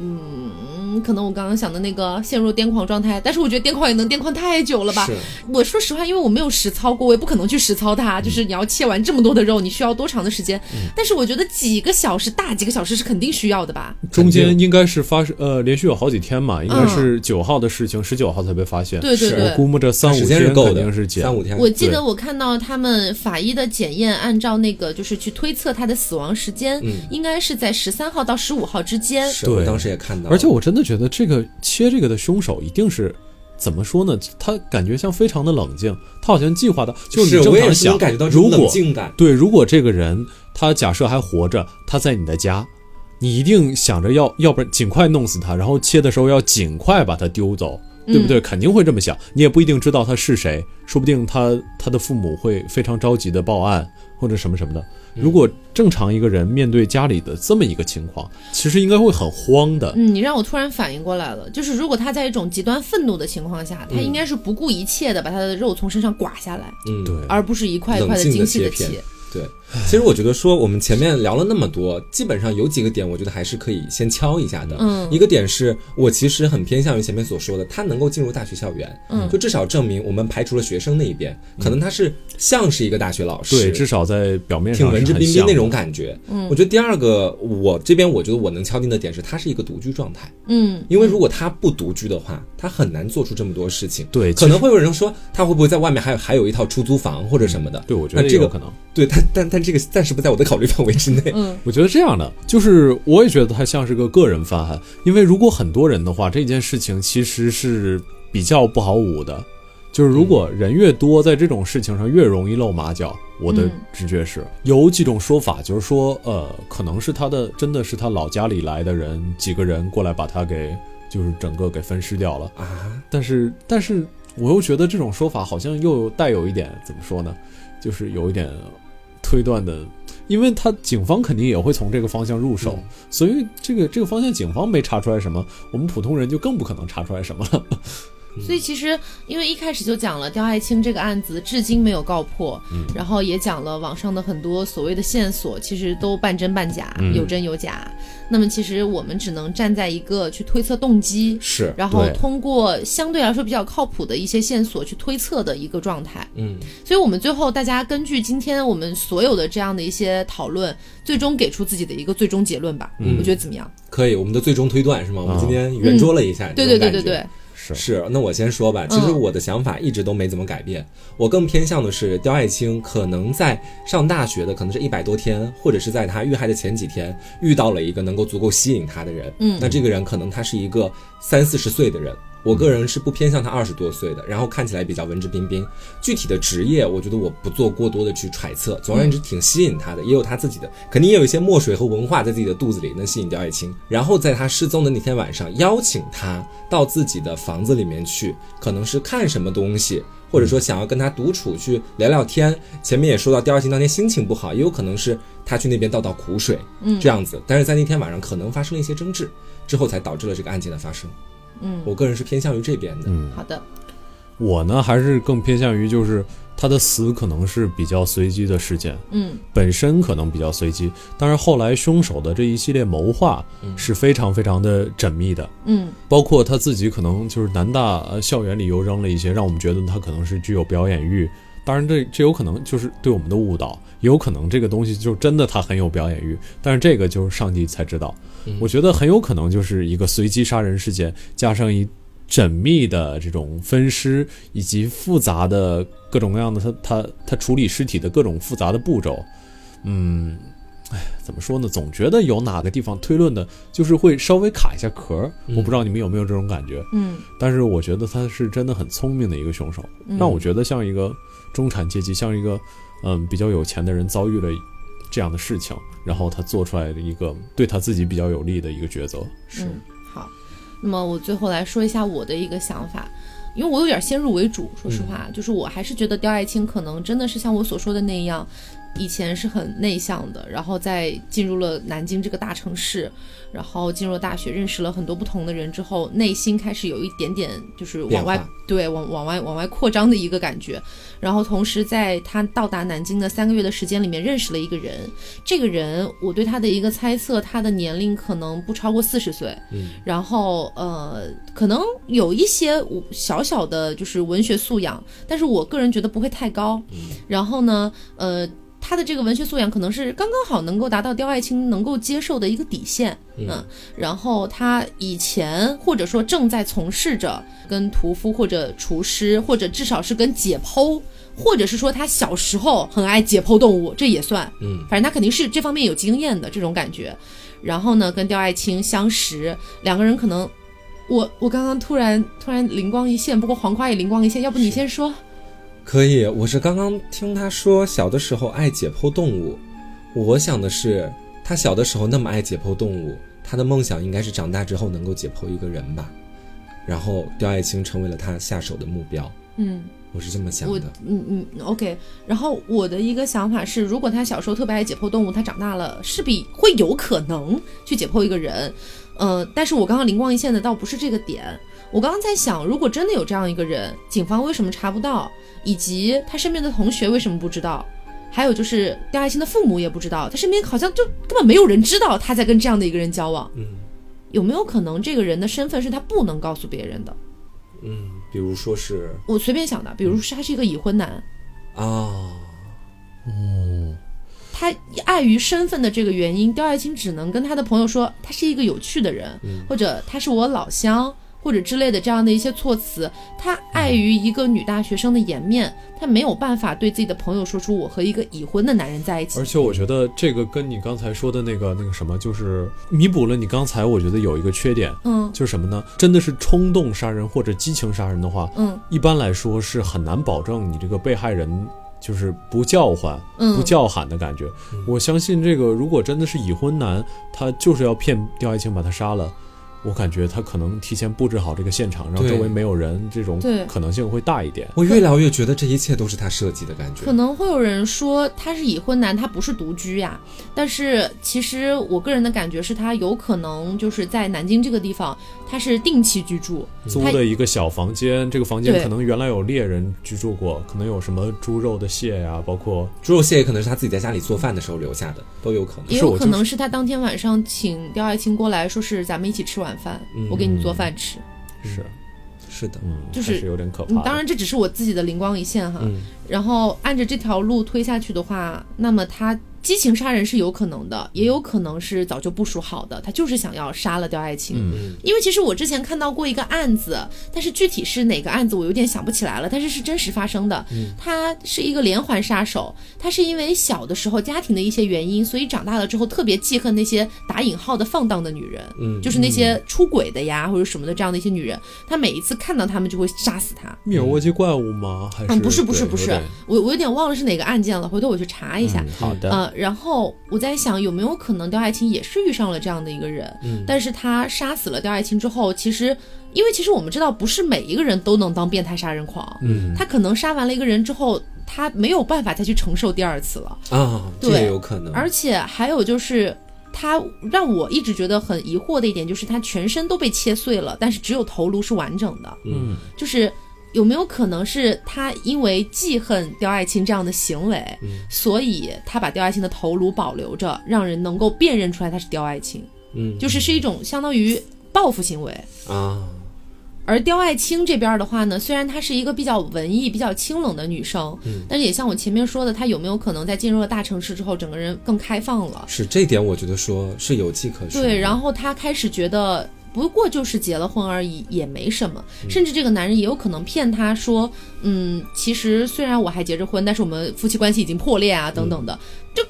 A: 嗯，可能我刚刚想的那个陷入癫狂状态，但是我觉得癫狂也能癫狂太久了吧？
B: 是
A: 我说实话，因为我没有实操过，我也不可能去实操它。就是你要切完这么多的肉，你需要多长的时间？但是我觉得几个小时，大几个小时是肯定需要的吧？
C: 中间应该是发生呃连续有好几天嘛，
B: 嗯
C: 应该是九号的事情，十九号才被发现。
A: 对对
B: 是
A: 对
C: 我。估摸着三五
B: 时间
C: 天
B: 是够
C: 肯
B: 的
C: 定，是解
B: 三五天，
A: 我记得
C: 对
A: 我看到他们法医的检验，按照那个就是去推测他的死亡时间，应该是在十三号到十五号之间。
B: 嗯是
C: 对
B: 我当时也看到了，
C: 而且我真的觉得这个切这个的凶手一定是怎么说呢？他感觉像非常的冷静，他好像计划的，就是你正
B: 我也
C: 常
B: 是能
C: 想，
B: 感觉到这
C: 如
B: 种冷
C: 果
B: 静感。
C: 对，如果这个人他假设还活着，他在你的家，你一定想着要，要不然尽快弄死他，然后切的时候要尽快把他丢走，对不对？肯定会这么想。你也不一定知道他是谁，说不定他他的父母会非常着急的报案或者什么什么的。
B: 嗯
C: 如果正常一个人面对家里的这么一个情况，其实应该会很慌的。
A: 嗯，你让我突然反应过来了，就是如果他在一种极端愤怒的情况下，他应该是不顾一切的把他的肉从身上刮下来，
B: 嗯，
C: 对，
A: 而不是一块一块
B: 冷静地
A: 精细地
B: 切片
A: 切。
B: 对，其实我觉得说我们前面聊了那么多，基本上有几个点，我觉得还是可以先敲一下的。
A: 嗯
B: 一个点是我其实很偏向于前面所说的，他能够进入大学校园，
A: 嗯
B: 就至少证明我们排除了学生那一边，可能他是像是一个大学老师，
C: 对，至少在表面上
B: 挺文质彬彬那种
C: 感。
B: 感觉。嗯，我觉得第二个，我这边我觉得我能敲定的点是，他是一个独居状态。
A: 嗯，
B: 因为如果他不独居的话，他很难做出这么多事情。
C: 对
B: 可能会有人说他会不会在外面还有还有一套出租房或者什么的。
C: 对，我觉得
B: 那
C: 也
B: 呃这
C: 有
B: 个
C: 可能。
B: 对，但但但这个暂时不在我的考虑范围之内。
A: 嗯
C: 我觉得这样的，就是我也觉得他像是个个人犯案，因为如果很多人的话，这件事情其实是比较不好捂的。就是
B: 嗯
C: 如果人越多，在这种事情上越容易露马脚。我的
A: 嗯
C: 直觉是，有几种说法，就是说，呃，可能是他的，真的是他老家里来的人，几个人过来把他给，就是整个给分尸掉了。
B: 啊，
C: 但是，但是我又觉得这种说法好像又带有一点怎么说呢，就是有一点推断的，因为他警方肯定也会从这个方向入手，
B: 嗯
C: 所以这个这个方向警方没查出来什么，我们普通人就更不可能查出来什么了。
A: 所以其实因为一开始就讲了刁爱青这个案子至今没有告破，
B: 嗯
A: 然后也讲了网上的很多所谓的线索，其实都半真半假，
C: 嗯
A: 有真有假。那么其实我们只能站在一个去推测动机，
B: 是，
A: 然后
C: 对
A: 通过相对来说比较靠谱的一些线索去推测的一个状态。
B: 嗯，
A: 所以，我们最后大家根据今天我们所有的这样的一些讨论，最终给出自己的一个最终结论吧。
B: 嗯
A: 我觉得怎么样？
B: 可以，我们的最终推断是吗？我们
C: 啊
B: 今天圆桌了一下，
A: 嗯对对对
B: 这种感
A: 对
B: 觉
A: 对，
C: 是
B: 是，那我先说吧。其实
A: 嗯
B: 我的想法一直都没怎么改变，我更偏向的是刁爱青可能在上大学的可能是一百多天，或者是在他遇害的前几天遇到了一个能够足够吸引他的人。
A: 嗯
B: 那这个人可能他是一个三四十岁的人。我个人是不偏向他二十多岁的，然后看起来比较文质彬彬。具体的职业，我觉得我不做过多的去揣测。总而言之，挺吸引他的，也有他自己的，肯定也有一些墨水和文化在自己的肚子里能吸引刁爱青。然后在他失踪的那天晚上，邀请他到自己的房子里面去，可能是看什么东西，或者说想要跟他独处去聊聊天。前面也说到，刁爱青当天心情不好，也有可能是他去那边倒倒苦水，嗯，这样子。但是在那天晚上可能发生了一些争执，之后才导致了这个案件的发生。
A: 嗯，
B: 我个人是偏向于这边的。
A: 好的，
C: 我呢，还是更偏向于就是他的死可能是比较随机的事件，
A: 嗯
C: 本身可能比较随机，但是后来凶手的这一系列谋划是非常非常的缜密的。
A: 嗯
C: 包括他自己可能就是南大呃校园里又扔了一些，让我们觉得他可能是具有表演欲。当然这，这有可能就是对我们的误导，也有可能这个东西就真的他很有表演欲，但是这个就是上帝才知道。我觉得很有可能就是一个随机杀人事件，加上一缜密的这种分尸，以及复杂的各种各样的他他他处理尸体的各种复杂的步骤，嗯，哎，怎么说呢？总觉得有哪个地方推论的，就是会稍微卡一下壳儿。我不知道你们有没有这种感觉，
A: 嗯
C: 但是我觉得他是真的很聪明的一个凶手，
A: 嗯
C: 让我觉得像一个中产阶级，像一个嗯比较有钱的人遭遇了这样的事情，然后他做出来的一个嗯对他自己比较有利的一个抉择。是
A: 嗯，好。那么我最后来说一下我的一个想法，因为我有点先入为主，说
B: 嗯
A: 实话，就是我还是觉得刁爱青可能真的是像我所说的那样，以前是很内向的，然后在进入了南京这个大城市，然后进入了大学，认识了很多不同的人之后，内心开始有一点点就是往外
B: 变化
A: 对往往外往外扩张的一个感觉。然后同时在他到达南京的三个月的时间里面，认识了一个人，这个人我对他的一个猜测，他的年龄可能不超过四十岁，
B: 嗯，
A: 然后呃，可能有一些我小小的就是文学素养，但是我个人觉得不会太高，
B: 嗯
A: 然后呢，呃。他的这个文学素养可能是刚刚好能够达到刁爱青能够接受的一个底线，
B: 嗯
A: 然后他以前或者说正在从事着跟屠夫或者厨师，或者至少是跟解剖，或者是说他小时候很爱解剖动物，这也算，
B: 嗯
A: 反正他肯定是这方面有经验的这种感觉。然后呢，跟刁爱青相识，两个人可能我我刚刚突然突然灵光一现，不过黄瓜也灵光一现，要不你先说？
B: 可以，我是刚刚听他说小的时候爱解剖动物，我想的是他小的时候那么爱解剖动物，他的梦想应该是长大之后能够解剖一个人吧。然后刁爱青成为了他下手的目标，
A: 嗯，
B: 我是这么想
A: 我
B: 的。
A: 嗯嗯嗯 OK。然后我的一个想法是，如果他小时候特别爱解剖动物，他长大了势必会有可能去解剖一个人。呃，但是我刚刚灵光一现的倒不是这个点，我刚刚在想，如果真的有这样一个人，警方为什么查不到，以及他身边的同学为什么不知道？还有就是刁爱青的父母也不知道，他身边好像就根本没有人知道他在跟这样的一个人交往。
B: 嗯，
A: 有没有可能这个人的身份是他不能告诉别人的？
B: 嗯，比如说是
A: 我随便想的，比如说他是一个已婚男，
B: 啊，
A: 他碍于身份的这个原因，刁爱青只能跟他的朋友说他是一个有趣的人，
C: 嗯
A: 或者他是我老乡，或者之类的这样的一些措辞。他碍于一个女大学生的颜面，他没有办法对自己的朋友说出我和一个已婚的男人在一起
C: 而。且我觉得这个跟你刚才说的那个那个什么，就是弥补了你刚才我觉得有一个缺点，
A: 嗯
C: 就是什么呢？真的是冲动杀人或者激情杀人的话，
A: 嗯
C: 一般来说是很难保证你这个被害人就是不叫唤、
A: 嗯
C: 不叫喊的感觉。我相信这个，如果真的是已婚男，他就是要骗刁爱青把他杀了。我感觉他可能提前布置好这个现场，让
B: 对
C: 周围没有人，这种
A: 对
C: 可能性会大一点。
B: 我越聊越觉得这一切都是他设计的感觉
A: 可。能会有人说他是已婚男，他不是独居呀、但是其实我个人的感觉是他有可能就是在南京这个地方，他是定期居住，
C: 租
A: 他
C: 的一个小房间，这个房间
A: 对
C: 可能原来有猎人居住过，可能有什么猪肉的屑呀、包括
B: 猪肉蟹也可能是他自己在家里做饭的时候留下的，都有可能。
A: 也
C: 是
A: 有
C: 我
A: 可
C: 就
A: 能是他当天晚上请刁爱青过来说是咱们一起吃晚饭，
C: 嗯
A: 我给你做饭吃。
C: 是，
B: 是的，
C: 嗯，
A: 嗯就是
C: 还是有点可怕
A: 嗯
C: 的。，
A: 当然这只是我自己的灵光一现哈。
B: 嗯
A: 然后按着这条路推下去的话，那么他激情杀人是有可能的，也有可能是早就部署好的，他就是想要杀了刁爱青。
C: 嗯
A: 因为其实我之前看到过一个案子，但是具体是哪个案子我有点想不起来了，但是是真实发生的。
C: 嗯
A: 他是一个连环杀手，他是因为小的时候家庭的一些原因，所以长大了之后特别记恨那些打引号的放荡的女人，
B: 嗯
A: 就是那些出轨的呀或者什么的这样的一些女人，他每一次看到她们就会杀死她。
C: 密尔沃基怪物吗？还是
A: 嗯，不是不是
C: 对
A: 不
C: 有
A: 是
C: 点，
A: 我我有点忘了是哪个案件了，回头我去查一下。
C: 嗯好的，
A: 呃，然后我在想，有没有可能刁爱青也是遇上了这样的一个人？
B: 嗯
A: 但是他杀死了刁爱青之后，其实，因为其实我们知道，不是每一个人都能当变态杀人狂。
C: 嗯，
A: 他可能杀完了一个人之后，他没有办法再去承受第二次了。
B: 啊，这
A: 对
B: 也有可能。
A: 而且还有就是，他让我一直觉得很疑惑的一点就是，他全身都被切碎了，但是只有头颅是完整的。
C: 嗯，
A: 就是有没有可能是他因为记恨刁爱青这样的行为，所以他把刁爱青的头颅保留着，让人能够辨认出来他是刁爱青，
B: 嗯
A: 就是是一种相当于报复行为。
B: 啊，
A: 而刁爱青这边的话呢，虽然她是一个比较文艺、比较清冷的女生，但是也像我前面说的，她有没有可能在进入了大城市之后，整个人更开放了？
B: 是这点，我觉得说是有迹可循的。
A: 对，然后她开始觉得。不过就是结了婚而已，也没什么。甚至这个男人也有可能骗她说，嗯，其实虽然我还结着婚，但是我们夫妻关系已经破裂啊，等等的。就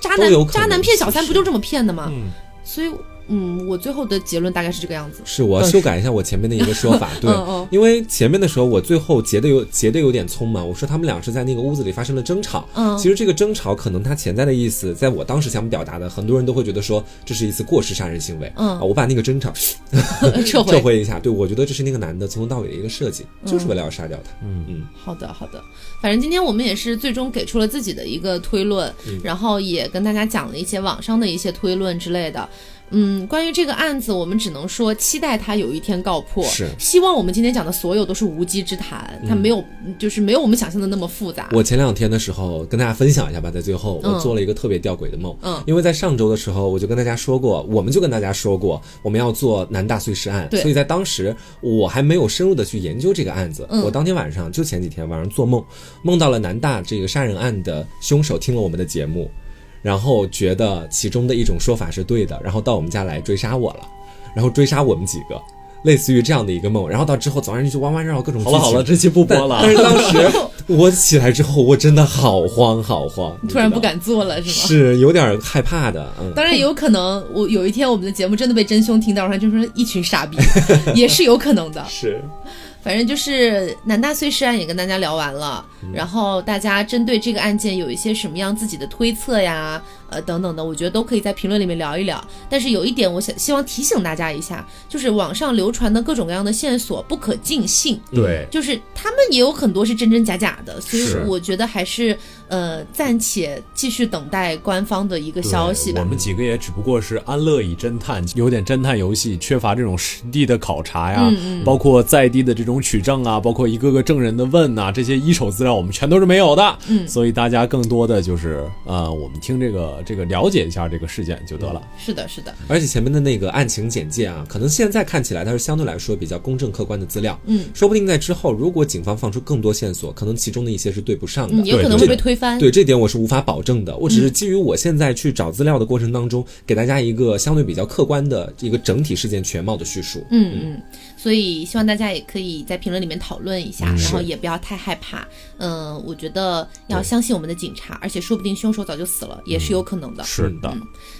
A: 渣
B: 嗯都有
A: 男，
B: 可能
A: 渣男骗
B: 其
A: 小三
B: 实
A: 不就这么骗的吗？
C: 嗯
A: 所以，嗯，我最后的结论大概是这个样子。
B: 是我
C: 但
B: 修改一下我前面的一个 说法，对
A: 嗯嗯，
B: 因为前面的时候我最后结的有结的有点匆忙，我说他们俩是在那个屋子里发生了争吵。
A: 嗯
B: 其实这个争吵可能它潜在的意思，在我当时想表达的，很多人都会觉得说这是一次过失杀人行为。
A: 嗯
B: 啊，我把那个争吵
A: 撤回
B: 撤回一下，对我觉得这是那个男的从头到尾的一个设计，就是为了要杀掉他。
C: 嗯
B: 嗯
A: 好的，好的。反正今天我们也是最终给出了自己的一个推论，
B: 嗯
A: 然后也跟大家讲了一些网上的一些推论之类的。嗯，关于这个案子，我们只能说期待它有一天告破。
B: 是嗯
A: 希望我们今天讲的所有都是无稽之谈，它没有，就是没有我们想象的那么复杂。
B: 我前两天的时候跟大家分享一下吧，在最后我
A: 嗯
B: 做了一个特别吊诡的梦，
A: 嗯
B: 因为在上周的时候我就跟大家说过，我们就跟大家说过我们要做南大碎尸案，
A: 对
B: 所以在当时我还没有深入的去研究这个案子，
A: 嗯
B: 我当天晚上就前几天晚上做梦，梦到了南大这个杀人案的凶手听了我们的节目，然后觉得其中的一种说法是对的，然后到我们家来追杀我了，然后追杀我们几个。类似于这样的一个梦，然后到之后早上就去弯弯绕绕各种
C: 好了好了，
B: 剧情
C: 这期不播
B: 但
C: 了。
B: 但是当时 我起来之后，我真的好慌好慌，
A: 突然不敢做了是吗？
B: 是有点害怕的，嗯。
A: 当然有可能，我有一天我们的节目真的被真凶听到，然后他就说一群傻 逼，也是有可能的。
B: 是，
A: 反正就是南大碎尸案也跟大家聊完了，
C: 嗯
A: 然后大家针对这个案件有一些什么样自己的推测呀，呃等等的，我觉得都可以在评论里面聊一聊。但是有一点，我想希望提醒大家一下，就是网上流传的各种各样的线索不可尽信，
C: 对，
A: 就是他们也有很多是真真假假的，所以
C: 是
A: 我觉得还是呃暂且继续等待官方的一个消息
C: 对
A: 吧
C: 我。们几个也只不过是安乐椅侦探，有点侦探游戏，缺乏这种实地的考察呀，包括在地的这种取证啊，包括一个个证人的问呐、这些一手资料我们全都是没有的。嗯，所以大家更多的就是呃，我们听这个这个了解一下这个事件就得了。
A: 是的，是的，
B: 而且前面的那个案情简介啊，可能现在看起来它是相对来说比较公正客观的资料，
A: 嗯，
B: 说不定在之后，如果警方放出更多线索，可能其中的一些是对不上的，
A: 嗯，有可能
B: 这
A: 会被推翻。
B: 对这点我是无法保证的，我
A: 嗯
B: 只是基于我现在去找资料的过程当中，给大家一个相对比较客观的一个整体事件全貌的叙述。
A: 嗯嗯，所以希望大家也可以在评论里面讨论一下，然后
B: 嗯是
A: 也不要太害怕。嗯，我觉得要相信我们的警察，而且说不定凶手早就死了，
B: 嗯
A: 也是有可能的。
C: 是的，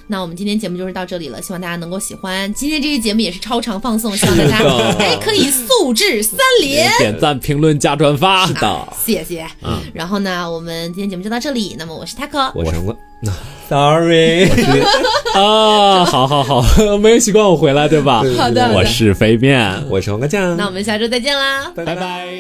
A: 那我们今天节目就是到这里了，希望大家能够喜欢。今天这期节目也是超长放送，希望大家哎可以素质三连。
C: 点赞、评论、加转发。是
B: 的，
A: 谢谢，嗯，然后呢，我们今天节目就到这里。那么我是 Taco，
B: 我成了，
C: ，sorry 啊，好好好， 没有习惯我回来对吧？
A: 好的好的嗯
C: 我是肥面，
B: 我成了酱，
A: 那我们下周再见啦，
C: 拜拜